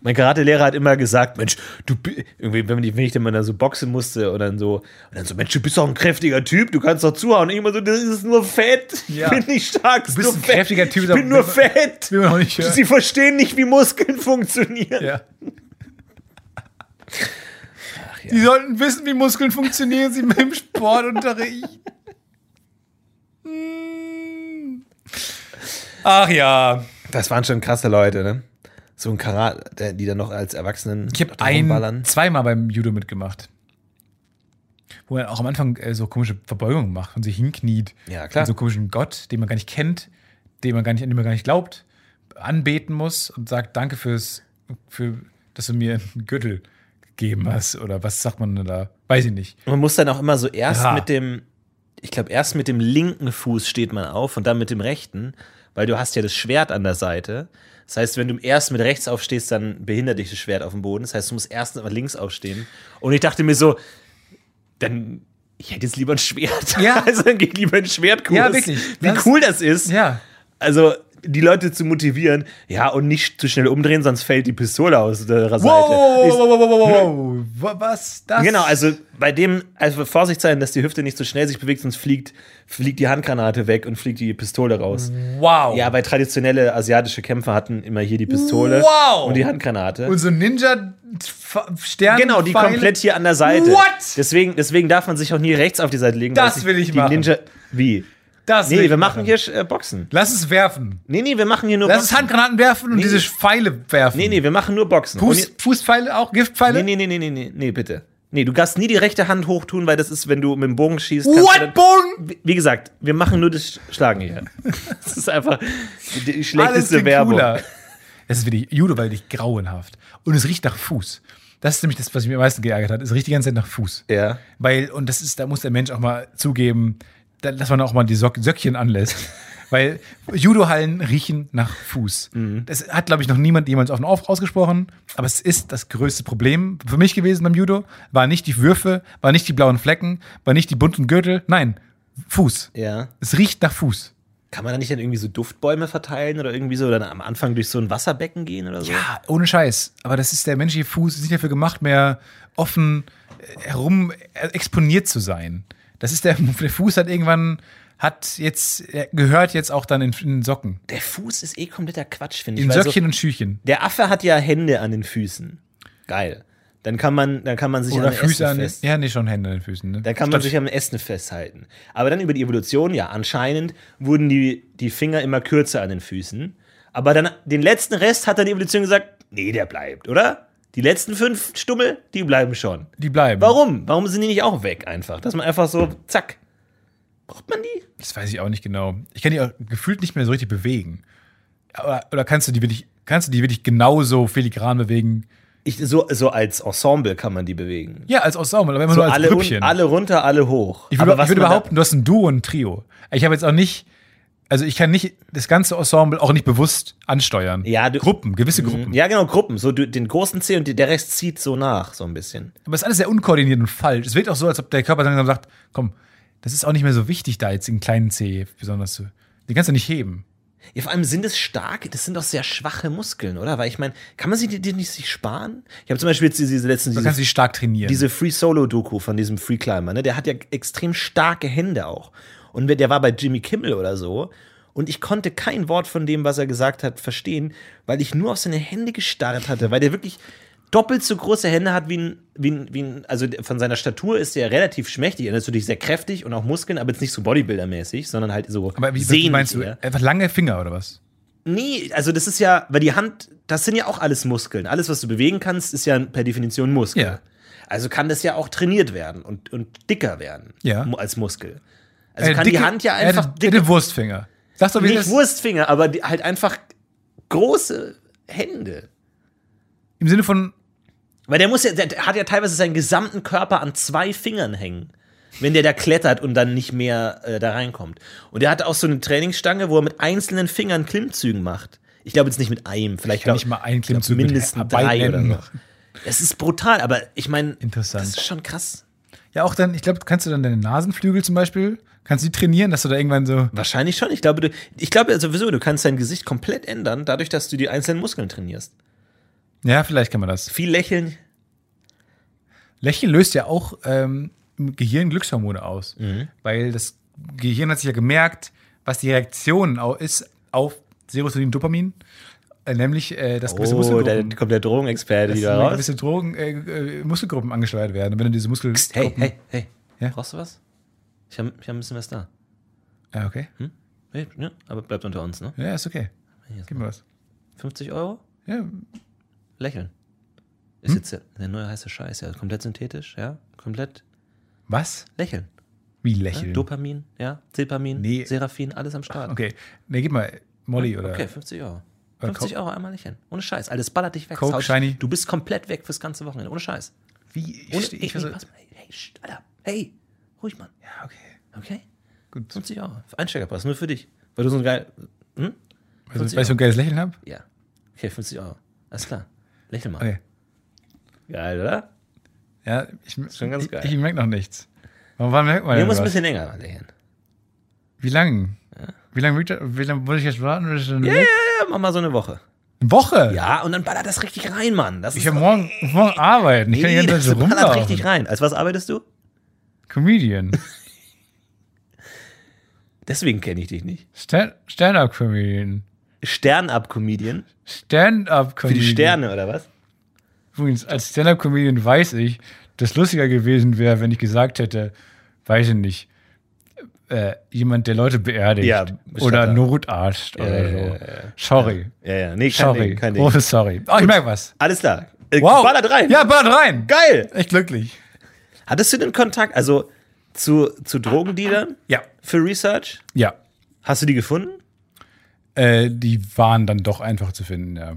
C: Mein Karate-Lehrer hat immer gesagt, Mensch, du bi- irgendwie, wenn ich, wenn ich dann mal da so boxen musste und dann so, und dann so, Mensch, du bist doch ein kräftiger Typ, du kannst doch zuhauen. Und ich immer so, das ist nur Fett.
D: Ja.
C: Ich bin nicht stark. Du
D: bist ein kräftiger Typ,
C: Ich bin nur
D: aber-
C: fett.
D: Will man auch nicht hören.
C: Sie verstehen nicht, wie Muskeln funktionieren.
D: Ja. Die sollten wissen, wie Muskeln funktionieren, sie mit dem Sportunterricht. Mm. Ach ja.
C: Das waren schon krasse Leute, ne? So ein Karat, der- die dann noch als Erwachsenen
D: Ich habe
C: da rumballern.
D: ein, zweimal beim Judo mitgemacht. Wo er auch am Anfang äh, so komische Verbeugungen macht und sich hinkniet.
C: Ja, klar.
D: Und so einen komischen Gott, den man gar nicht kennt, den man gar nicht, an den man gar nicht glaubt, anbeten muss und sagt, danke fürs, für, dass du mir einen Gürtel gegeben hast. Oder was sagt man denn da? Weiß ich nicht.
C: Man muss dann auch immer so erst
D: Ja.
C: mit dem, ich glaube, erst mit dem linken Fuß steht man auf und dann mit dem rechten, weil du hast ja das Schwert an der Seite. Das heißt, wenn du erst mit rechts aufstehst, dann behindert dich das Schwert auf dem Boden. Das heißt, du musst erst mal links aufstehen. Und ich dachte mir so, dann ich hätte jetzt lieber ein Schwert.
D: Ja.
C: Also dann geht lieber ein Schwertkurs.
D: Ja, wirklich.
C: Wie
D: Das-
C: cool das ist.
D: Ja.
C: Also die Leute zu motivieren, ja, und nicht zu schnell umdrehen, sonst fällt die Pistole aus der Seite. Ich-
D: wow, wow, wow, wow. Was das?
C: Genau, also bei dem, also Vorsicht sein, dass die Hüfte nicht so schnell sich bewegt, sonst fliegt, fliegt die Handgranate weg und fliegt die Pistole raus.
D: Mhm. wow.
C: Ja, weil traditionelle asiatische Kämpfer hatten immer hier die Pistole
D: Wow.
C: und die Handgranate.
D: Und so Ninja-Stern.
C: genau, die komplett hier an der Seite.
D: What?
C: Deswegen, deswegen darf man sich auch nie rechts auf die Seite legen.
D: Das
C: weil sich
D: will ich
C: die
D: machen.
C: Ninja wie?
D: Das will
C: Nee,
D: ich
C: wir machen hier äh, Boxen.
D: Lass es werfen.
C: Nee, nee, wir machen hier nur
D: Lass es
C: Boxen.
D: Handgranaten werfen und diese Pfeile werfen.
C: nee, nee, wir machen nur Boxen. Und
D: Fuß, Fußpfeile auch? Giftpfeile?
C: Nee, nee, nee, nee, nee, nee, nee, bitte. Nee, du darfst nie die rechte Hand hochtun, weil das ist, wenn du mit dem Bogen schießt. kannst du dann-
D: What, Bogen?
C: Wie- Wie gesagt, wir machen nur das Schlagen hier. Das ist einfach die
D: Alles
C: schlechteste
D: klingt
C: Werbung.
D: cooler. Das ist wirklich, Judo war wirklich grauenhaft. Und es riecht nach Fuß. Das ist nämlich das, was mich am meisten geärgert hat. Es riecht die ganze Zeit nach Fuß.
C: Ja.
D: Weil, und das ist, da muss der Mensch auch mal zugeben, da, dass man auch mal die Sock Söckchen anlässt. Weil Judohallen riechen nach Fuß. Das hat, glaube ich, noch niemand jemals offen auf ausgesprochen. Aber es ist das größte Problem für mich gewesen beim Judo. War nicht die Würfe, war nicht die blauen Flecken, war nicht die bunten Gürtel. Nein, Fuß.
C: Ja.
D: Es riecht nach Fuß.
C: Kann man da nicht dann irgendwie so Duftbäume verteilen oder irgendwie so dann am Anfang durch so ein Wasserbecken gehen oder so?
D: Ja, Ah, ohne Scheiß. Aber das ist der menschliche Fuß, ist nicht dafür gemacht, mehr offen äh, herum äh, exponiert zu sein. Das ist der, der Fuß hat irgendwann, hat jetzt, er gehört jetzt auch dann in, in Socken.
C: Der Fuß ist eh kompletter Quatsch, finde ich.
D: In
C: weil
D: Söckchen
C: so,
D: und Schüchchen.
C: der Affe hat ja Hände an den Füßen. Geil. Dann kann man, dann kann man sich
D: Oder
C: an den
D: Füße
C: Ästen
D: an den,
C: fest-
D: ja, nee, schon Hände an den Füßen. Ne?
C: Da kann man sich am Essen festhalten. Aber dann über die Evolution, ja, anscheinend wurden die, die Finger immer kürzer an den Füßen. Aber dann den letzten Rest hat dann die Evolution gesagt, nee, der bleibt, oder? Die letzten fünf Stummel, die bleiben schon.
D: die bleiben.
C: Warum? Warum sind die nicht auch weg einfach? Dass man einfach so, zack. Braucht man die?
D: Das weiß ich auch nicht genau. Ich kann die auch gefühlt nicht mehr so richtig bewegen. Oder, oder kannst du die wirklich, kannst du die wirklich genauso filigran bewegen?
C: Ich, so, so als Ensemble kann man die bewegen.
D: Ja, als Ensemble, aber immer
C: So
D: nur als
C: alle, un-
D: Grüppchen.
C: alle runter, alle hoch.
D: Ich würde,
C: was
D: ich würde
C: man da-
D: behaupten, du hast ein Duo und ein Trio. Ich habe jetzt auch nicht, also ich kann nicht das ganze Ensemble auch nicht bewusst ansteuern.
C: Ja, du-
D: Gruppen, gewisse Gruppen.
C: Ja, genau, Gruppen. So du- den großen Zeh und die- der Rest zieht so nach, so ein bisschen.
D: Aber es ist alles sehr unkoordiniert und falsch. Es wirkt auch so, als ob der Körper langsam sagt, komm, das ist auch nicht mehr so wichtig, da jetzt den kleinen Zeh besonders zu. Den kannst du nicht heben.
C: Ja, vor allem sind es stark, das sind doch sehr schwache Muskeln, oder? Weil ich meine, kann man sie die, die nicht sich sparen? Ich habe zum Beispiel jetzt diese, diese letzten
D: Du kannst
C: diese,
D: dich stark trainieren.
C: diese Free Solo Doku von diesem Free Climber, ne? Der hat ja extrem starke Hände auch. Und der war bei Jimmy Kimmel oder so. Und ich konnte kein Wort von dem, was er gesagt hat, verstehen, weil ich nur auf seine Hände gestarrt hatte, weil der wirklich doppelt so große Hände hat wie ein, wie ein, wie ein also von seiner Statur ist er relativ schmächtig, er ist natürlich sehr kräftig und auch Muskeln, aber jetzt nicht so Bodybuilder-mäßig, sondern halt so
D: aber wie, wie
C: sehnig
D: meinst du?
C: eher.
D: Einfach lange Finger oder was?
C: Nee, also das ist ja, weil die Hand, das sind ja auch alles Muskeln. Alles, was du bewegen kannst, ist ja per Definition Muskel.
D: Ja.
C: Also kann das ja auch trainiert werden und, und dicker werden
D: Ja.
C: mu- als Muskel. Also
D: Äh,
C: kann
D: dicke-
C: die Hand ja
D: äh,
C: einfach
D: äh,
C: dicke,
D: den Wurstfinger. Sagst du, wie
C: nicht
D: das
C: Wurstfinger, aber die, halt einfach große Hände.
D: im Sinne von
C: Weil der muss ja, der hat ja teilweise seinen gesamten Körper an zwei Fingern hängen, wenn der da klettert und dann nicht mehr äh, da reinkommt. Und der hat auch so eine Trainingsstange, wo er mit einzelnen Fingern Klimmzügen macht. Ich glaube jetzt nicht mit einem, vielleicht
D: kann
C: glaub,
D: nicht mal einen
C: ich glaub,
D: Klimmzug mit
C: mindestens
D: beiden
C: drei oder
D: Händen
C: so.
D: machen.
C: Es ist brutal, aber ich meine,
D: Interessant.
C: Das ist schon krass.
D: ja auch dann, ich glaube, kannst du dann deine Nasenflügel zum Beispiel, kannst du die trainieren, dass du da irgendwann so
C: Wahrscheinlich schon. Ich glaube, du, ich glaube sowieso, du kannst dein Gesicht komplett ändern, dadurch, dass du die einzelnen Muskeln trainierst.
D: Ja, vielleicht kann man das.
C: Viel lächeln.
D: Lächeln löst ja auch ähm, im Gehirn Glückshormone aus,
C: Mhm.
D: weil das Gehirn hat sich ja gemerkt, was die Reaktion au ist auf Serotonin und Dopamin, äh, nämlich äh, dass gewisse
C: Oh, da
D: Muskelgruppen,
C: kommt der Drogenexperte
D: dass
C: wieder raus.
D: gewisse Drogen, äh, äh, Muskelgruppen angesteuert werden. Und wenn du diese Muskelgruppen,
C: Hey, hey, hey.
D: Ja?
C: Brauchst du was? Ich habe ich hab ein bisschen was da.
D: Ah, okay,
C: Nee, ne? Aber bleibt unter uns, ne?
D: ja, ist okay, gib mir was.
C: 50 Euro?
D: Ja,
C: Lächeln. Ist
D: Hm?
C: jetzt der, der neue heiße Scheiß, ja. Komplett synthetisch, ja. Komplett
D: was?
C: lächeln.
D: Wie
C: Ne?
D: lächeln?
C: Dopamin, ja. Sepamin,
D: Nee.
C: Seraphin, alles am Start.
D: Okay, nee, gib mal Molly oder
C: Okay, 50 Euro.
D: Oder
C: 50 Euro einmal lächeln. Ohne Scheiß. Alles ballert dich weg.
D: Coke,
C: Haut-
D: Shiny.
C: Du bist komplett weg fürs ganze Wochenende. Ohne Scheiß.
D: wie
C: Ohne,
D: ich, ich, ich,
C: ey, ey, pass mal. Hey, hey, shh, Alter. Hey, ruhig, Mann.
D: ja, okay.
C: Okay,
D: Gut.
C: 50 Euro. Einsteigerpass, nur für dich. Weil du so ein geil. Hm?
D: Weil, ich-
C: 50
D: weil ich so ein geiles Lächeln habe?
C: Ja. Okay, 50 Euro. Alles klar. Lächel mal.
D: Okay.
C: Geil, oder?
D: Ja, ich,
C: schon ganz geil.
D: ich, ich merke noch nichts. Warum, warum merkt man
C: Hier
D: denn
C: muss ein
D: was?
C: bisschen länger lächeln.
D: Wie lang? Wie lange wie lang muss ich jetzt warten? bis es dann
C: Ja,
D: weg-
C: ja, mach mal so eine Woche.
D: Eine Woche?
C: Ja, und dann ballert das richtig rein, Mann. Das
D: Ich
C: ist
D: habe morgen, morgen arbeiten. Ich kann die
C: Nee,
D: ganze Zeit
C: das
D: so
C: ballert
D: rumlaufen.
C: richtig rein. Als was arbeitest du?
D: Comedian.
C: Deswegen kenne ich dich nicht.
D: Stand- Stand-up-Comedian.
C: Stern-Up-Comedian. Für
D: Stand-up-Comedian.
C: die Sterne, oder was?
D: Übrigens, als Stand-up-Comedian weiß ich, dass lustiger gewesen wäre, wenn ich gesagt hätte, weiß ich nicht, äh, jemand, der Leute beerdigt
C: Ja, Bestatter.
D: oder Notarzt oder so.
C: ja,
D: Sorry.
C: Ja, ja. Nee, kein
D: Sorry.
C: Ding. Kein Ding.
D: Großes Sorry. Oh, ich merke was.
C: Alles klar. Äh,
D: Wow.
C: Ballert rein.
D: Ja, ballert rein.
C: Geil.
D: Echt glücklich.
C: Hattest du den Kontakt, also zu, zu Drogendealern
D: Ja.
C: für Research?
D: Ja.
C: Hast du die gefunden?
D: Äh, die waren dann doch einfach zu finden, ja.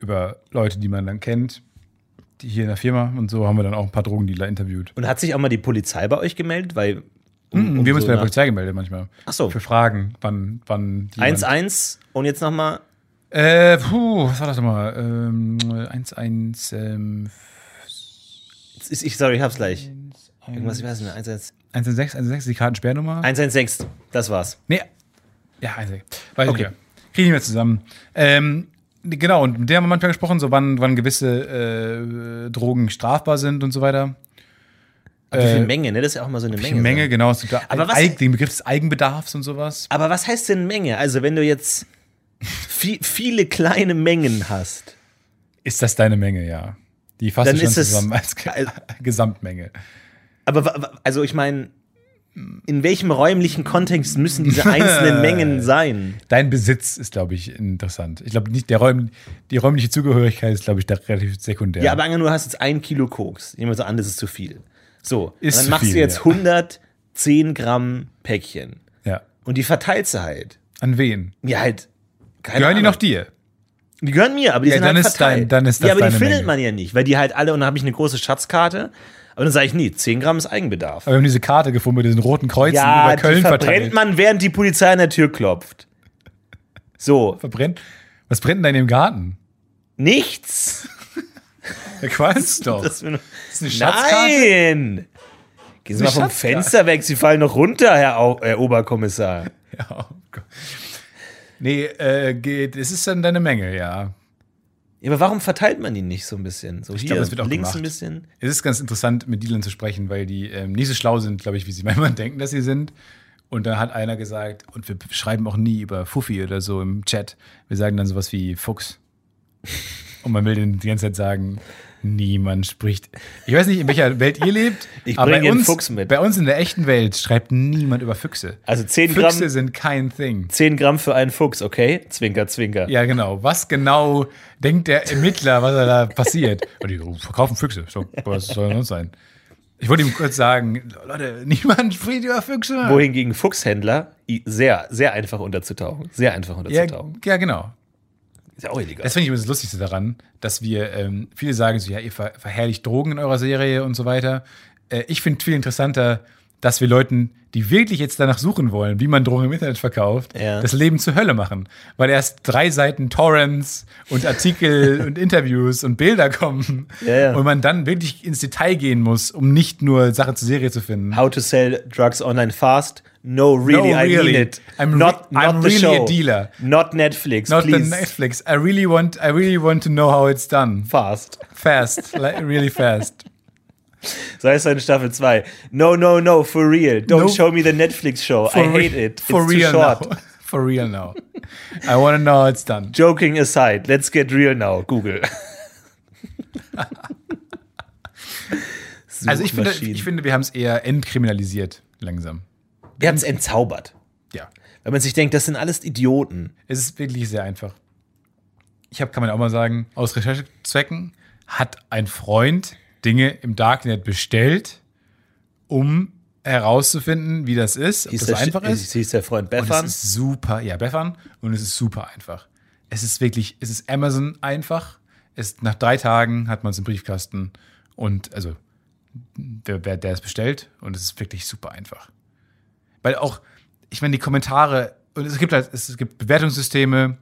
D: Über Leute, die man dann kennt. Die hier in der Firma und so haben wir dann auch ein paar Drogendealer interviewt.
C: Und hat sich auch mal die Polizei bei euch gemeldet? Weil um,
D: Und wir haben
C: so
D: uns bei der
C: nach-
D: Polizei gemeldet manchmal.
C: Ach so.
D: Für Fragen, wann, wann die.
C: 1-1 und jetzt nochmal
D: Äh, puh, was war das nochmal? Ähm, 1, 1, ähm,
C: Jetzt ist ich, sorry, ich hab's
D: Äh,
C: gleich. Irgendwas, ich weiß nicht mehr. 116.
D: 1, 1, 6, 1, 6, die Kartensperrnummer?
C: 116, das war's.
D: Nee. Ja, 1, 6. Weiß okay. nicht mehr. Kriegen wir zusammen. Ähm, genau, und mit der haben wir manchmal gesprochen, so wann, wann gewisse äh, Drogen strafbar sind und so weiter.
C: Aber wie viel
D: Äh,
C: Menge, ne? Das ist ja auch mal so eine
D: Die
C: Menge.
D: Menge,
C: sein.
D: genau. Es gibt da
C: Aber was-
D: Eig- den Begriff des Eigenbedarfs und sowas.
C: Aber was heißt denn Menge? Also, wenn du jetzt vi- viele kleine Mengen hast,
D: Ist das deine Menge, ja? Die fasst
C: Dann
D: du schon
C: ist es-
D: zusammen als Ge
C: Also-
D: Gesamtmenge.
C: aber, wa- wa- also ich meine, in welchem räumlichen Kontext müssen diese einzelnen Mengen sein?
D: Dein Besitz ist, glaube ich, interessant. Ich glaube nicht, der Räum, die räumliche Zugehörigkeit ist, glaube ich, da relativ sekundär.
C: Ja, aber angenommen, du hast jetzt ein Kilo Koks. Nehmen wir so an, das ist zu viel. So,
D: Ist
C: und
D: zu
C: dann machst
D: viel,
C: du jetzt
D: ja.
C: 110 Gramm Päckchen.
D: Ja.
C: Und die verteilst du halt.
D: An wen?
C: Ja, halt. Keine
D: Gehören die
C: Ahnung.
D: noch dir?
C: Die gehören mir, aber die
D: Ja,
C: sind
D: dann
C: halt
D: ist
C: verteilt.
D: dein- dann ist
C: ja,
D: das
C: aber die
D: deine
C: findet
D: Menge.
C: man ja nicht, weil die halt alle, und dann habe ich eine große Schatzkarte, aber dann sage ich nie, 10 Gramm ist Eigenbedarf.
D: Aber wir haben diese Karte gefunden mit diesen roten Kreuzen
C: ja,
D: über Köln
C: die verbrennt
D: verteilt.
C: man, während die Polizei an der Tür klopft. So,
D: Verbrennt. Was brennt denn da in dem Garten?
C: nichts.
D: Der Quatsch doch.
C: Das ist mir nur-
D: ist eine
C: Nein! Gehen Sie mal
D: Eine
C: vom
D: Schatzkarte.
C: Fenster weg, Sie fallen noch runter, Herr, Au Herr Oberkommissar.
D: Ja, oh Gott. Nee, äh, geht. Es ist dann deine Menge, ja.
C: Ja, aber warum verteilt man die nicht so ein bisschen? So ich hier,
D: glaub, das wird auch
C: links
D: gemacht.
C: ein bisschen.
D: Es ist ganz interessant, mit Dealern zu sprechen, weil die ähm, nicht so schlau sind, glaube ich, wie sie manchmal denken, dass sie sind. Und dann hat einer gesagt, und wir schreiben auch nie über Fuffi oder so im Chat. Wir sagen dann sowas wie Fuchs. Und man will denen die ganze Zeit sagen, niemand spricht. Ich weiß nicht, in welcher Welt ihr lebt.
C: Ich
D: aber
C: bring
D: bei
C: den
D: uns,
C: Fuchs mit.
D: Bei uns in der echten Welt schreibt niemand über Füchse.
C: Also 10 Gramm,
D: Füchse sind kein Thing.
C: 10 Gramm für einen Fuchs, okay? Zwinker, zwinker.
D: Ja, genau. Was genau denkt der Ermittler, was da passiert? Und die verkaufen Füchse. So, was soll sonst sein? Ich wollte ihm kurz sagen, Leute, niemand spricht über Füchse.
C: wohingegen Fuchshändler i- sehr, sehr einfach unterzutauchen. Sehr einfach
D: ja,
C: unterzutauchen.
D: ja, genau.
C: Ist ja auch illegal.
D: Das finde ich übrigens das Lustigste daran, dass wir, ähm, viele sagen so, ja, ihr ver verherrlicht Drogen in eurer Serie und so weiter. Äh, ich finde viel interessanter, dass wir Leuten, die wirklich jetzt danach suchen wollen, wie man Drogen im Internet verkauft,
C: Ja.
D: das Leben zur Hölle machen. Weil erst drei Seiten Torrents und Artikel und Interviews und Bilder kommen
C: ja.
D: und man dann wirklich ins Detail gehen muss, um nicht nur Sache zur Serie zu finden.
C: How to sell drugs online fast. No, really,
D: No,
C: I
D: really.
C: mean it.
D: I'm re-
C: not not
D: I'm
C: the
D: really a
C: show.
D: dealer.
C: Not Netflix,
D: Not the
C: please.
D: Netflix. I really want, I really want to know how it's done.
C: Fast.
D: Fast, like, really fast.
C: So heißt es in Staffel 2. No, no, no, for real. Don't
D: No.
C: show me the Netflix show. I
D: re-
C: hate it.
D: For
C: It's
D: real
C: too short.
D: now. For real now. I want to know how it's done.
C: Joking aside, let's get real now, Google.
D: Also ich finde,
C: Suchmaschinen.
D: ich finde, wir haben es eher entkriminalisiert langsam.
C: wir haben es entzaubert.
D: Ja.
C: Wenn man sich denkt, das sind alles Idioten.
D: Es ist wirklich sehr einfach. Ich habe, kann man auch mal sagen, aus Recherchezwecken hat ein Freund Dinge im Darknet bestellt, um herauszufinden, wie das ist, ob
C: Hieß
D: das
C: der,
D: einfach ist.
C: Hieß der Freund
D: Und
C: Beffern.
D: es ist super, ja, Beffern. Und es ist super einfach. Es ist wirklich, es ist Amazon einfach. Es, nach drei Tagen hat man es im Briefkasten. Und also, der, wer- der es bestellt. Und es ist wirklich super einfach. Weil auch, ich meine, die Kommentare, und es gibt halt, es gibt Bewertungssysteme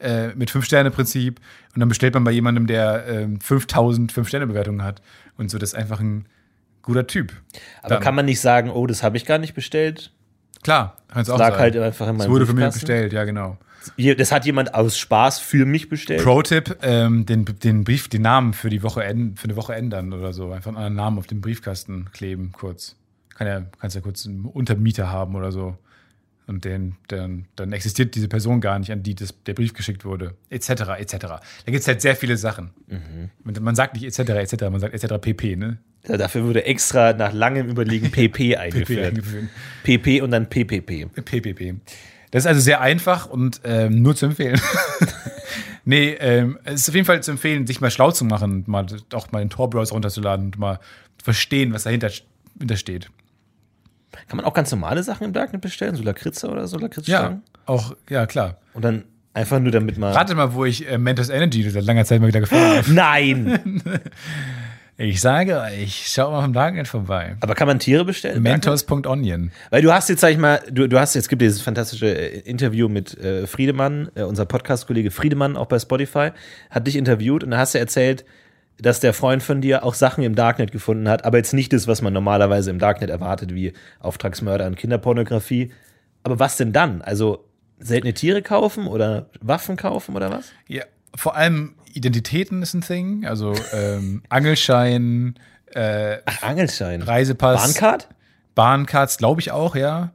D: äh, mit Fünf-Sterne-Prinzip und dann bestellt man bei jemandem, der ähm, 5000 Fünf-Sterne-Bewertungen hat und so, das ist einfach ein guter Typ.
C: Aber
D: Dann-
C: kann man nicht sagen, oh, das habe ich gar nicht bestellt?
D: Klar, kannst du auch
C: lag
D: sagen.
C: halt einfach in
D: Es
C: meinem
D: wurde von mir
C: Briefkasten.
D: bestellt, ja, genau.
C: Hier, Das hat jemand aus Spaß für mich bestellt.
D: Pro-Tipp, ähm, den, den Brief, den Namen für die Woche ändern, für eine Woche ändern oder so. Einfach einen anderen Namen auf den Briefkasten kleben, kurz. Kann ja, kannst ja kurz einen Untermieter haben oder so. Und den, dann, dann existiert diese Person gar nicht, an die das, der Brief geschickt wurde. Etc. etc. Da gibt es halt sehr viele Sachen. Man, man sagt nicht etc. etc., man sagt etc. pp, ne?
C: Ja, Dafür wurde extra nach langem Überlegen PP eingeführt.
D: eingeführt.
C: PP und dann PPP.
D: PPP. Das ist also sehr einfach und ähm, nur zu empfehlen. nee, ähm, es ist auf jeden Fall zu empfehlen, sich mal schlau zu machen, und mal auch mal den Tor-Browser runterzuladen und mal verstehen, was dahinter dahinter steht.
C: Kann man auch ganz normale Sachen im Darknet bestellen? So Lakritze oder so
D: Ja,
C: Lakritzstangen?
D: auch, ja, klar.
C: Und dann einfach nur damit man.
D: Rate mal, wo ich äh, Mentos Energy seit langer Zeit mal wieder gefahren habe.
C: Nein!
D: Ich sage euch, schaut mal vom Darknet vorbei.
C: Aber kann man Tiere bestellen? im Darknet?
D: Mentos.onion.
C: Weil du hast jetzt, sag ich mal, du, du hast jetzt gibt dieses fantastische äh, Interview mit äh, Friedemann, äh, unser Podcast-Kollege Friedemann, auch bei Spotify, hat dich interviewt und da hast du erzählt, dass der Freund von dir auch Sachen im Darknet gefunden hat, aber jetzt nicht das, was man normalerweise im Darknet erwartet, wie Auftragsmörder und Kinderpornografie. Aber was denn dann? Also seltene Tiere kaufen oder Waffen kaufen oder was?
D: Ja, vor allem Identitäten ist ein Thing, also ähm, Angelschein,
C: Ach, Angelschein.
D: Reisepass.
C: Bahncard?
D: Bahncards, glaube ich auch, ja.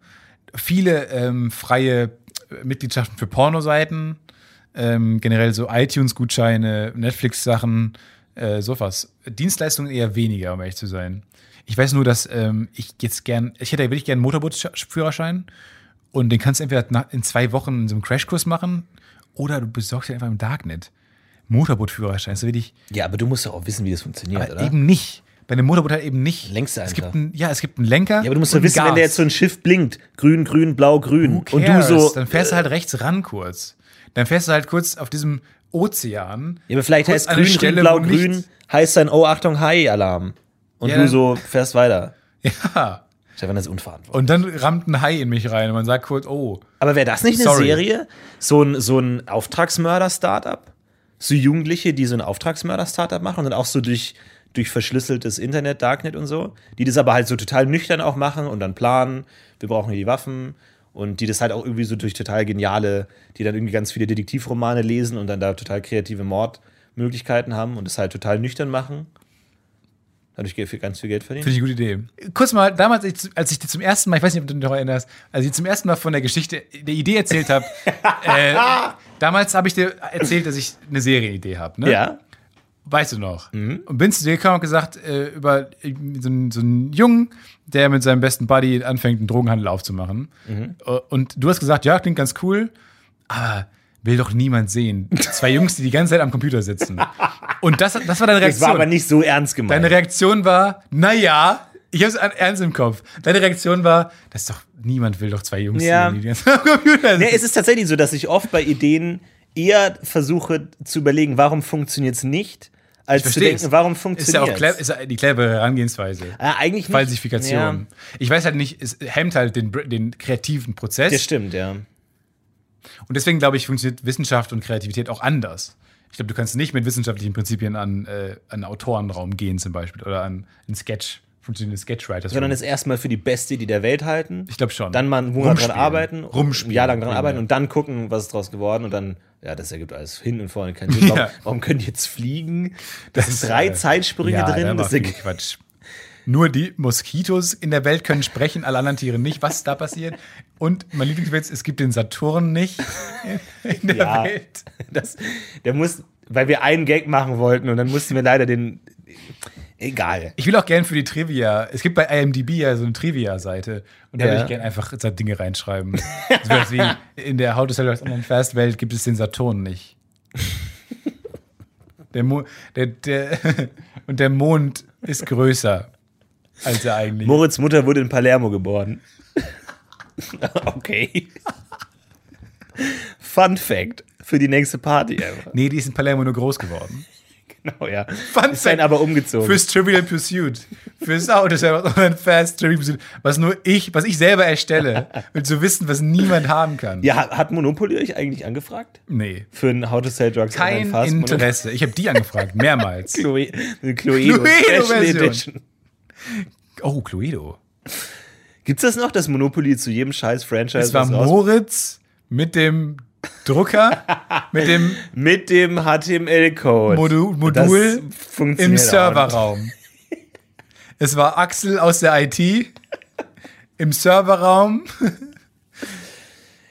D: Viele ähm, freie äh, Mitgliedschaften für Pornoseiten, ähm, generell so iTunes-Gutscheine, Netflix-Sachen, äh, sowas. Dienstleistungen eher weniger, um ehrlich zu sein. Ich weiß nur, dass ähm, ich jetzt gern, ich hätte wirklich gern einen Motorbootführerschein und den kannst du entweder nach, in zwei Wochen in so einem Crashkurs machen oder du besorgst dir einfach im Darknet. Motorbootführerschein ist so wirklich
C: Ja, aber du musst doch auch wissen, wie das funktioniert,
D: aber
C: oder?
D: eben nicht. Bei einem Motorboot halt eben nicht.
C: Lenkst du
D: es
C: einfach.
D: gibt einen, Ja, es gibt einen Lenker.
C: Ja, aber du musst
D: und
C: ja wissen,
D: Gas.
C: wenn der jetzt so ein Schiff blinkt, grün, grün, blau, grün,
D: Who
C: und du
D: cares?
C: so,
D: Dann fährst du halt rechts ran kurz. Dann fährst du halt kurz auf diesem Ozean.
C: Ja, aber vielleicht
D: kurz
C: heißt
D: an eine
C: grün, grün,
D: Stelle,
C: blau,
D: wo nichts-
C: grün, heißt dann, oh, Achtung, Hai-Alarm. Und
D: Ja,
C: du
D: dann-
C: so fährst weiter.
D: Ja.
C: Stefan, das ist unverantwortlich.
D: Ah, Und dann rammt ein Hai in mich rein und man sagt kurz, oh.
C: Aber wäre das nicht eine
D: Sorry.
C: Serie? So ein, so ein Auftragsmörder-Startup? So Jugendliche, die so ein Auftragsmörder-Startup machen und dann auch so durch, durch verschlüsseltes Internet, Darknet und so, die das aber halt so total nüchtern auch machen und dann planen, wir brauchen hier die Waffen und die das halt auch irgendwie so durch total geniale, die dann irgendwie ganz viele Detektivromane lesen und dann da total kreative Mordmöglichkeiten haben und das halt total nüchtern machen. Dadurch geht viel- ganz viel Geld verdienen.
D: Finde ich eine gute Idee. Kurz mal, damals, als ich- als ich dir zum ersten Mal, ich weiß nicht, ob du dich noch erinnerst, als ich dir zum ersten Mal von der Geschichte, der Idee erzählt habe, äh, damals habe ich dir erzählt, dass ich eine Serienidee habe. Ne?
C: Ja.
D: Weißt du noch?
C: Mhm.
D: Und bin zu dir gekommen und gesagt, äh, über äh, so einen, so einen Jungen, der mit seinem besten Buddy anfängt, einen Drogenhandel aufzumachen.
C: Mhm.
D: Äh, Und du hast gesagt, ja, klingt ganz cool, aber will doch niemand sehen. Zwei Jungs, die die ganze Zeit am Computer sitzen. Und das, das war deine
C: Das war
D: Reaktion.
C: aber nicht so ernst gemeint.
D: deine Reaktion war, naja, ich hab's an- ernst im Kopf. Deine Reaktion war, das ist doch, niemand will doch zwei Jungs
C: Ja.
D: sehen, die die ganze Zeit am Computer sitzen.
C: Nee, es ist tatsächlich so, dass ich oft bei Ideen eher versuche zu überlegen, warum funktioniert es nicht, als zu
D: Verstehst.
C: denken, warum Ah,
D: ist ja auch
C: funktioniert
D: clever,
C: es.
D: ist ja die clevere Herangehensweise.
C: eigentlich nicht.
D: Falsifikation.
C: Ja,
D: Ich weiß halt nicht, es hemmt halt den, den kreativen Prozess.
C: das stimmt, ja.
D: Und deswegen, glaube ich, funktioniert Wissenschaft und Kreativität auch anders. Ich glaube, du kannst nicht mit wissenschaftlichen Prinzipien an, äh, an Autorenraum gehen, zum Beispiel, oder an einen Sketch, funktionierende Sketchwriters.
C: Sondern es erstmal für die beste Idee der Welt halten.
D: Ich glaube schon.
C: Dann mal einen Monat dran
D: Rumspielen.
C: arbeiten,
D: Rumspielen.
C: ein Jahr lang dran
D: Ja.
C: arbeiten und dann gucken, was ist draus geworden und dann, ja, das ergibt alles hin und vorne keinen Sinn. Warum,
D: Ja.
C: warum können die jetzt fliegen? Das, sind drei
D: äh,
C: Zeitsprünge
D: ja,
C: drin.
D: Das
C: Das
D: ist
C: ergibt-
D: Quatsch. Nur die Moskitos in der Welt können sprechen, alle anderen Tiere nicht. Was da passiert? Und mein Lieblingswitz: Es gibt den Saturn nicht in der
C: Ja.
D: Welt.
C: Das, der muss, weil wir einen Gag machen wollten und dann mussten wir leider den. Egal.
D: Ich will auch gern für die Trivia. Es gibt bei IMDb ja so eine Trivia-Seite. Und da
C: Ja.
D: würde ich gern einfach so Dinge reinschreiben. Sowas wie: In der How to Sell Online Fast Welt gibt es den Saturn nicht. Der Mo der, der und der Mond ist größer, als er eigentlich ist.
C: Moritz Mutter wurde in Palermo geboren. okay. Fun Fact für die nächste Party. einfach.
D: Nee, die ist in Palermo nur groß geworden.
F: Genau, ja.
D: Fun
F: Ist dann
D: Fact.
F: aber umgezogen.
D: Fürs Trivial Pursuit. Fürs Auto ein Fast Trivial Pursuit. Was nur ich, was ich selber erstelle, will zu wissen, was niemand haben kann.
F: ja, hat- hat Monopoly euch eigentlich angefragt?
D: Nee.
F: Für ein How to Sell Drugs
D: Kein
F: Online Fast Monopoly?
D: Interesse. Ich habe die angefragt, mehrmals.
F: Chloe, eine Cluedo
D: Cluedo-Version.
F: Special Edition.
D: oh, Cluedo.
F: Gibt's das noch, dass Monopoly zu jedem scheiß Franchise
D: Es war
F: was raus-
D: Moritz mit dem Drucker, mit dem
F: mit dem HTML-Code?
D: Modu Modul im Serverraum. es war Axel aus der IT im Serverraum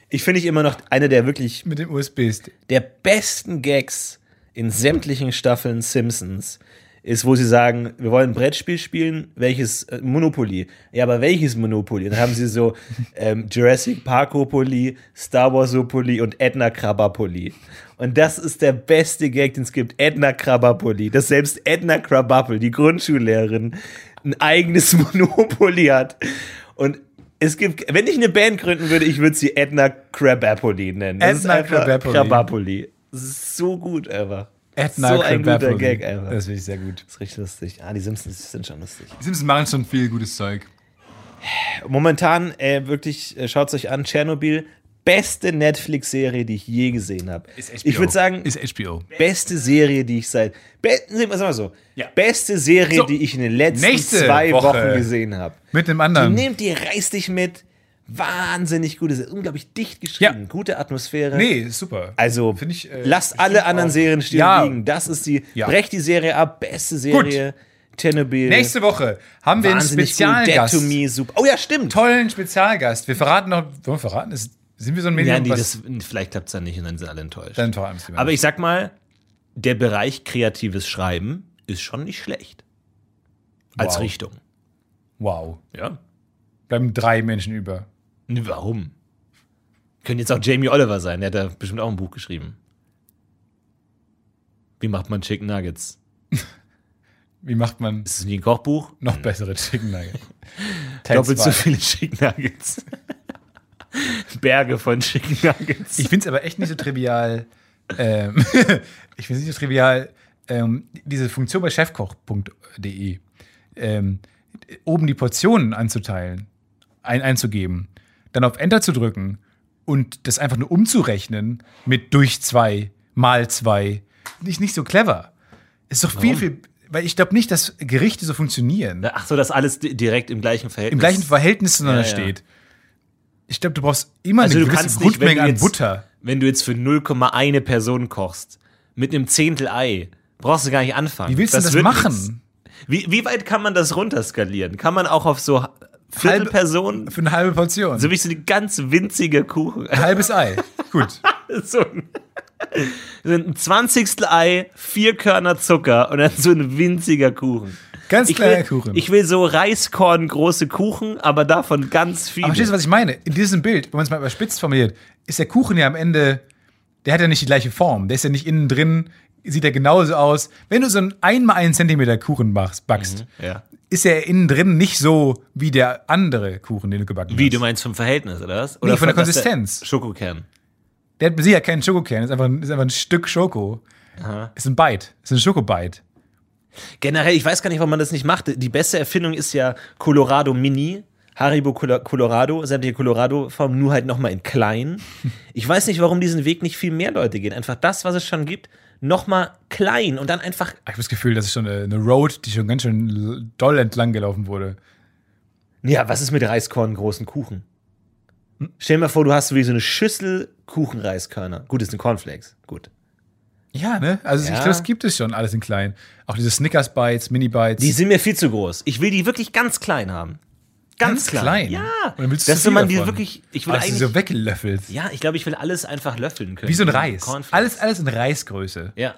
F: Ich finde ich immer noch eine der wirklich
D: mit dem USB-Stick.
F: der besten Gags in sämtlichen Staffeln Simpsons ist, wo sie sagen, wir wollen ein Brettspiel spielen, welches äh, Monopoly. Ja, aber welches Monopoly? Und Dann haben sie so ähm, Jurassic Parkopoly, Star Warsopoly und Edna Krabapoly. Und das ist der beste Gag, den es gibt. Edna Krabapoly. Dass selbst Edna Krabappel, die Grundschullehrerin, ein eigenes Monopoly hat. Und es gibt, wenn ich eine Band gründen würde, ich würde sie Edna Krabapoly nennen. Das ist
D: Edna
F: einfach
D: Krabappel.
F: Krabappoli. Das ist so gut einfach.
D: Edna
F: so ein guter
D: Krabappel.
F: Gag einfach.
D: Das
F: Das
D: finde ich sehr gut.
F: ist richtig lustig. Ah, die Simpsons sind schon lustig.
D: Die Simpsons machen schon viel gutes Zeug.
F: Momentan äh, wirklich, äh, schaut euch an, Tschernobyl, beste Netflix-Serie, die ich je gesehen habe. Ich würde sagen,
D: Ist HBO.
F: beste Serie, die ich seit. Be sagen wir mal so. Beste Serie,
D: So.
F: die ich in den letzten
D: Nächste
F: zwei
D: Woche.
F: Wochen gesehen habe.
D: Mit dem
F: Die
D: anderen.
F: nimmt, die reißt dich mit. Wahnsinnig gute Serie. Unglaublich dicht geschrieben,
D: Ja.
F: gute Atmosphäre.
D: Nee, ist super.
F: Also,
D: Find ich, äh,
F: lasst
D: bestimmt
F: alle anderen
D: auch.
F: Serien stehen
D: Ja.
F: liegen. Das ist die,
D: Ja.
F: brecht die Serie ab, beste Serie. Tschernobyl.
D: Nächste Woche haben wir einen
F: Wahnsinnig gut. Dead
D: Spezialgast.
F: to me, super. Oh ja, stimmt.
D: Tollen Spezialgast. Wir verraten noch. Wollen wir verraten? Ist, sind wir so ein Medium?
C: Ja, nee,
D: was-
C: das, vielleicht klappt es dann nicht und dann sind alle enttäuscht.
D: dann verraten wir
C: Aber ich sag mal, der Bereich kreatives Schreiben ist schon nicht schlecht. Als
D: Wow.
C: Richtung.
D: Wow.
C: Ja.
D: Bleiben drei Menschen über.
C: Nee, Warum? Könnte jetzt auch Jamie Oliver sein, der hat da bestimmt auch ein Buch geschrieben. Wie macht man Chicken Nuggets?
D: Wie macht man
C: Ist es nicht ein Kochbuch?
D: noch bessere Chicken Nuggets? Teil
C: Doppelt so
D: zwei.
C: viele Chicken Nuggets. Berge von Chicken Nuggets.
D: Ich finde es aber echt nicht so trivial. ähm, ich finde es nicht so trivial. Ähm, diese Funktion bei chefkoch.de ähm, oben die Portionen anzuteilen, ein, einzugeben, dann auf Enter zu drücken und das einfach nur umzurechnen mit durch zwei mal zwei. Nicht, nicht so clever. Ist doch viel, viel. Weil ich glaube nicht, dass Gerichte so funktionieren.
C: ne, Ach so, dass alles di- direkt im gleichen Verhältnis.
D: im gleichen Verhältnis zueinander
C: Ja, ja.
D: steht. Ich glaube, du brauchst immer
C: Also du
D: eine gewisse
C: kannst nicht, wenn
D: Grundmenge
C: du,
D: an
C: jetzt,
D: Butter.
C: wenn du jetzt für 0,1 Person kochst, mit einem Zehntel Ei, brauchst du gar nicht anfangen.
D: Wie willst du das
C: wird
D: machen?
C: nix. Wie, wie weit kann man das runterskalieren? Kann man auch auf so ha- Viertel
D: Halbe-
C: Personen,
D: Für eine halbe Portion.
C: so wie so eine ganz winzige Kuchen,
D: Ein halbes Ei. Gut.
C: so ein, so ein Zwanzigstel Ei, vier Körner Zucker und dann so ein winziger Kuchen.
D: Ganz
C: Ich
D: kleiner
C: will,
D: Kuchen.
C: ich will so Reiskorn große Kuchen, aber davon ganz viele.
D: Aber verstehst du, was ich meine? In diesem Bild, wenn man es mal überspitzt formuliert, ist der Kuchen ja am Ende, der hat ja nicht die gleiche Form. Der ist ja nicht innen drin, sieht ja genauso aus. Wenn du so einen 1x1 Zentimeter Kuchen machst, backst,
C: ja.
D: ist er innen drin nicht so wie der andere Kuchen, den du gebacken
C: Wie
D: hast.
C: du meinst vom Verhältnis, oder was?
D: Nee,
C: Oder
D: von der
C: dass
D: Konsistenz.
C: Schokokern.
D: Der hat sicher keinen Schokokern, ist einfach, ein- ist einfach ein Stück Schoko. Ist ein Bite, ist ein Schokobite.
C: Generell, ich weiß gar nicht, warum man das nicht macht. Die beste Erfindung ist ja Colorado Mini. Haribo Colo- Colorado, sämtliche Colorado-Form, nur halt nochmal in klein. Ich weiß nicht, warum diesen Weg nicht viel mehr Leute gehen. Einfach das, was es schon gibt, nochmal klein und dann einfach.
D: Ich habe das Gefühl, das ist schon eine, eine Road, die schon ganz schön l- doll entlang gelaufen wurde.
F: Ja, was ist mit Reiskorn großen Kuchen?
D: Hm.
F: Stell dir mal vor, du hast so wie so eine Schüssel Kuchenreiskörner. Gut, das sind Cornflakes. Gut.
D: Ja, ne? Also ich
F: Ja.
D: glaube, es gibt es schon alles in klein. Auch diese Snickers-Bites, Mini-Bites.
F: Die sind mir viel zu groß. Ich will die wirklich ganz klein haben. Ganz, klein.
D: Ja.
F: Ja. Dass man die wirklich. Ich will
D: Dass du
F: eigentlich.
D: Oh, so weggelöffelt.
F: ja, ich glaube, ich will alles einfach löffeln können.
D: Wie so ein Reis.
F: Cornflakes.
D: Alles, alles in Reisgröße.
F: Ja.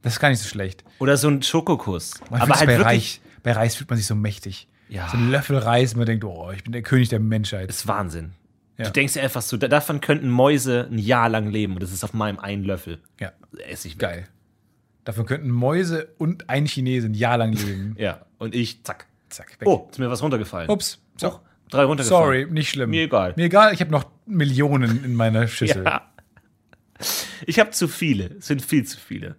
D: Das ist gar nicht so schlecht.
C: Oder so ein Schokokuss.
D: Man
C: aber
D: fühlt's
C: halt
D: bei,
C: wirklich.
D: Reis, bei Reis fühlt man sich so mächtig.
C: Ja.
D: So ein Löffel Reis und man denkt, oh, ich bin der König der Menschheit.
C: Ist Wahnsinn.
D: Ja.
C: Du denkst dir einfach so, da- davon könnten Mäuse ein Jahr lang leben und das ist auf meinem einen Löffel.
D: Ja,
C: Ess ich weg.
D: geil. Davon könnten Mäuse und ein Chinese ein Jahr lang leben.
C: Ja, und ich, zack.
D: Zack, weg.
C: Oh, ist mir was runtergefallen.
D: Ups. So.
F: ne,
C: Oh, drei runtergefallen.
D: Sorry, nicht schlimm.
C: Mir egal.
D: Mir egal, ich habe noch Millionen in meiner Schüssel.
C: Ja. Ich habe zu viele. Es sind viel zu viele.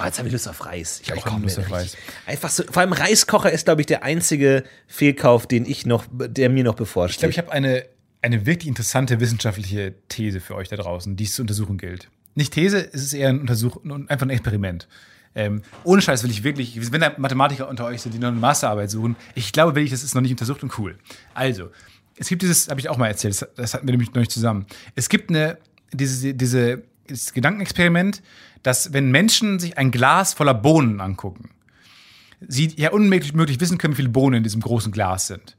C: Oh, jetzt habe ich Lust auf Reis. Ich
D: Ich
C: koche
D: hab
C: mir
D: Lust auf
C: richtig-
D: Reis.
C: Einfach so, vor allem Reiskocher ist, glaube ich, der einzige Fehlkauf, den ich noch, der mir noch bevorsteht.
D: Ich glaube, ich habe eine, eine wirklich interessante wissenschaftliche These für euch da draußen, die es zu untersuchen gilt. Nicht These, es ist eher ein Untersuch, ein- einfach ein Experiment. Ähm, ohne Scheiß will ich wirklich, wenn da Mathematiker unter euch sind, die noch eine Masterarbeit suchen, ich glaube wirklich, das ist noch nicht untersucht und cool. Also, es gibt dieses, habe ich auch mal erzählt, das, das hatten wir nämlich neulich zusammen. Es gibt eine, diese, diese, dieses Gedankenexperiment, dass wenn Menschen sich ein Glas voller Bohnen angucken, sie ja unmöglich möglich wissen können, wie viele Bohnen in diesem großen Glas sind.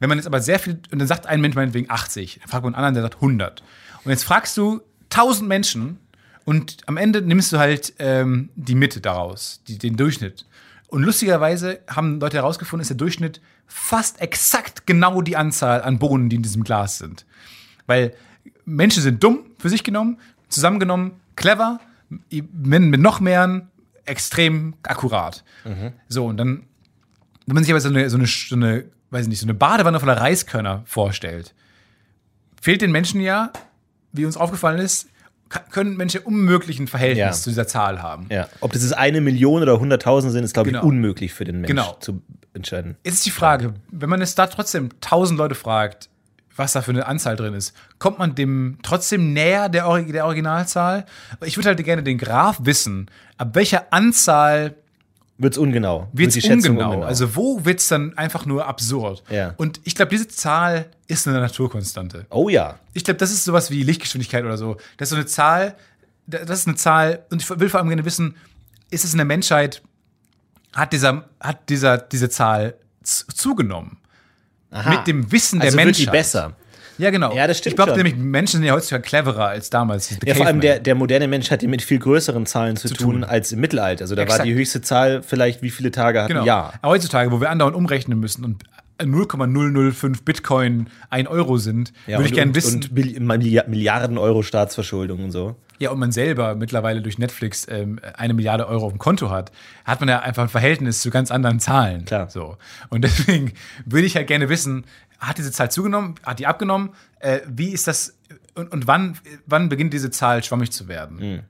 D: Wenn man jetzt aber sehr viel, und dann sagt ein Mensch meinetwegen 80, dann fragt man einen anderen, der sagt 100. Und jetzt fragst du 1000 Menschen und am Ende nimmst du halt ähm, die Mitte daraus, die, den Durchschnitt. Und lustigerweise haben Leute herausgefunden, ist der Durchschnitt fast exakt genau die Anzahl an Bohnen, die in diesem Glas sind. Weil Menschen sind dumm für sich genommen, zusammengenommen clever, Männer mit noch mehreren extrem akkurat. So, und dann wenn man sich aber so eine, so eine, so eine weiß ich nicht, so eine Badewanne voller Reiskörner vorstellt, fehlt den Menschen ja, wie uns aufgefallen ist, ka- können Menschen unmöglich ein Verhältnis
C: Ja.
D: zu dieser Zahl haben.
C: ja. Ob das jetzt eine Million oder hunderttausend sind, ist, glaube
D: Genau.
C: ich, unmöglich für den Menschen
D: Genau.
C: zu entscheiden.
D: Jetzt ist die Frage, wenn man es da trotzdem tausend Leute fragt, was da für eine Anzahl drin ist, kommt man dem trotzdem näher der, Ori- der Originalzahl? Ich würde halt gerne den Graph wissen, ab welcher Anzahl
C: Wird es ungenau.
D: wird es
C: die Schätzung
D: ungenau. Also wo wird es dann einfach nur absurd?
C: Ja.
D: Und ich glaube, diese Zahl ist eine Naturkonstante.
C: oh ja.
D: Ich glaube, das ist sowas wie Lichtgeschwindigkeit oder so. Das ist so eine Zahl, da- das ist eine Zahl, und ich will vor allem gerne wissen, ist es in der Menschheit, hat, dieser, hat dieser, diese Zahl z- zugenommen? Mit dem Wissen der
C: also wird
D: Menschheit.
C: die besser.
D: Ja, genau.
C: Ja, das stimmt
D: Ich glaube
C: schon.
D: nämlich, Menschen sind ja heutzutage cleverer als damals. die
C: Ja, vor allem
D: Cavemen.
C: der, der moderne Mensch hat ja mit viel größeren Zahlen zu, tun,
D: tun.
C: als im Mittelalter. Also da war
D: Exakt.
C: die höchste Zahl vielleicht, wie viele Tage hat
D: Genau.
C: ein Jahr.
D: Aber heutzutage, wo wir andauernd umrechnen müssen und 0,005 Bitcoin 1 Euro sind,
C: Ja,
D: würde ich
C: und-
D: gerne
C: und-
D: wissen.
C: Und Milli- Milli- Milliarden Euro Staatsverschuldung und so.
D: ja, und man selber mittlerweile durch Netflix ähm, eine Milliarde Euro auf dem Konto hat, hat man ja einfach ein Verhältnis zu ganz anderen Zahlen.
C: Klar.
D: So. Und deswegen würde ich halt gerne wissen, hat diese Zahl zugenommen, hat die abgenommen, äh, wie ist das und, und wann, wann beginnt diese Zahl schwammig zu werden?
C: Hm.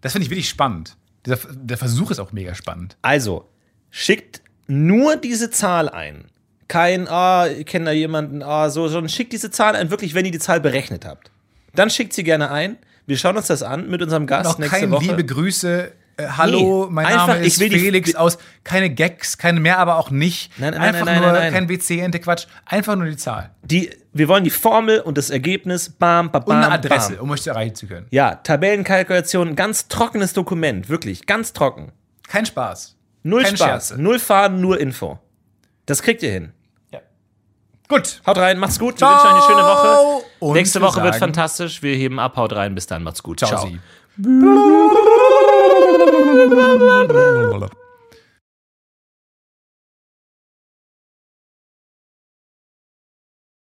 D: Das finde ich wirklich spannend. Dieser, der Versuch ist auch mega spannend.
C: Also, schickt nur diese Zahl ein. Kein, ah, ich kenne da jemanden, ah, so, sondern schickt diese Zahl ein, wirklich, wenn ihr die Zahl berechnet habt. Dann schickt sie gerne ein. Wir schauen uns das an mit unserem Gast
D: noch
C: nächste
D: kein
C: Woche.
D: liebe Grüße. Äh, hallo,
C: Nee,
D: mein
C: einfach,
D: Name
C: ich
D: ist
C: will die-
D: Felix aus. Keine Gags, keine mehr, aber auch nicht.
C: Nein, nein,
D: einfach
C: nein, nein,
D: nur
C: nein, nein.
D: kein WC, Ente Quatsch. Einfach nur die Zahl.
C: die, wir wollen die Formel und das Ergebnis. Bam, bam,
D: Und
C: bam.
D: eine Adresse,
C: Bam.
D: um euch zu erreichen zu können.
C: Ja, Tabellenkalkulation, ein ganz trockenes Dokument, wirklich, ganz trocken.
D: Kein Spaß.
C: Null
D: Keine
C: Spaß,
D: Scherze.
C: null Faden, nur Info. Das kriegt ihr hin.
D: Gut.
C: Haut rein, macht's gut, wir wünschen euch eine schöne Woche.
D: Und
C: Nächste
D: wir
C: Woche wird
D: sagen-
C: fantastisch. Wir heben ab, haut rein, bis dann, macht's gut.
D: Ciao.
C: Ciao.
D: Sie.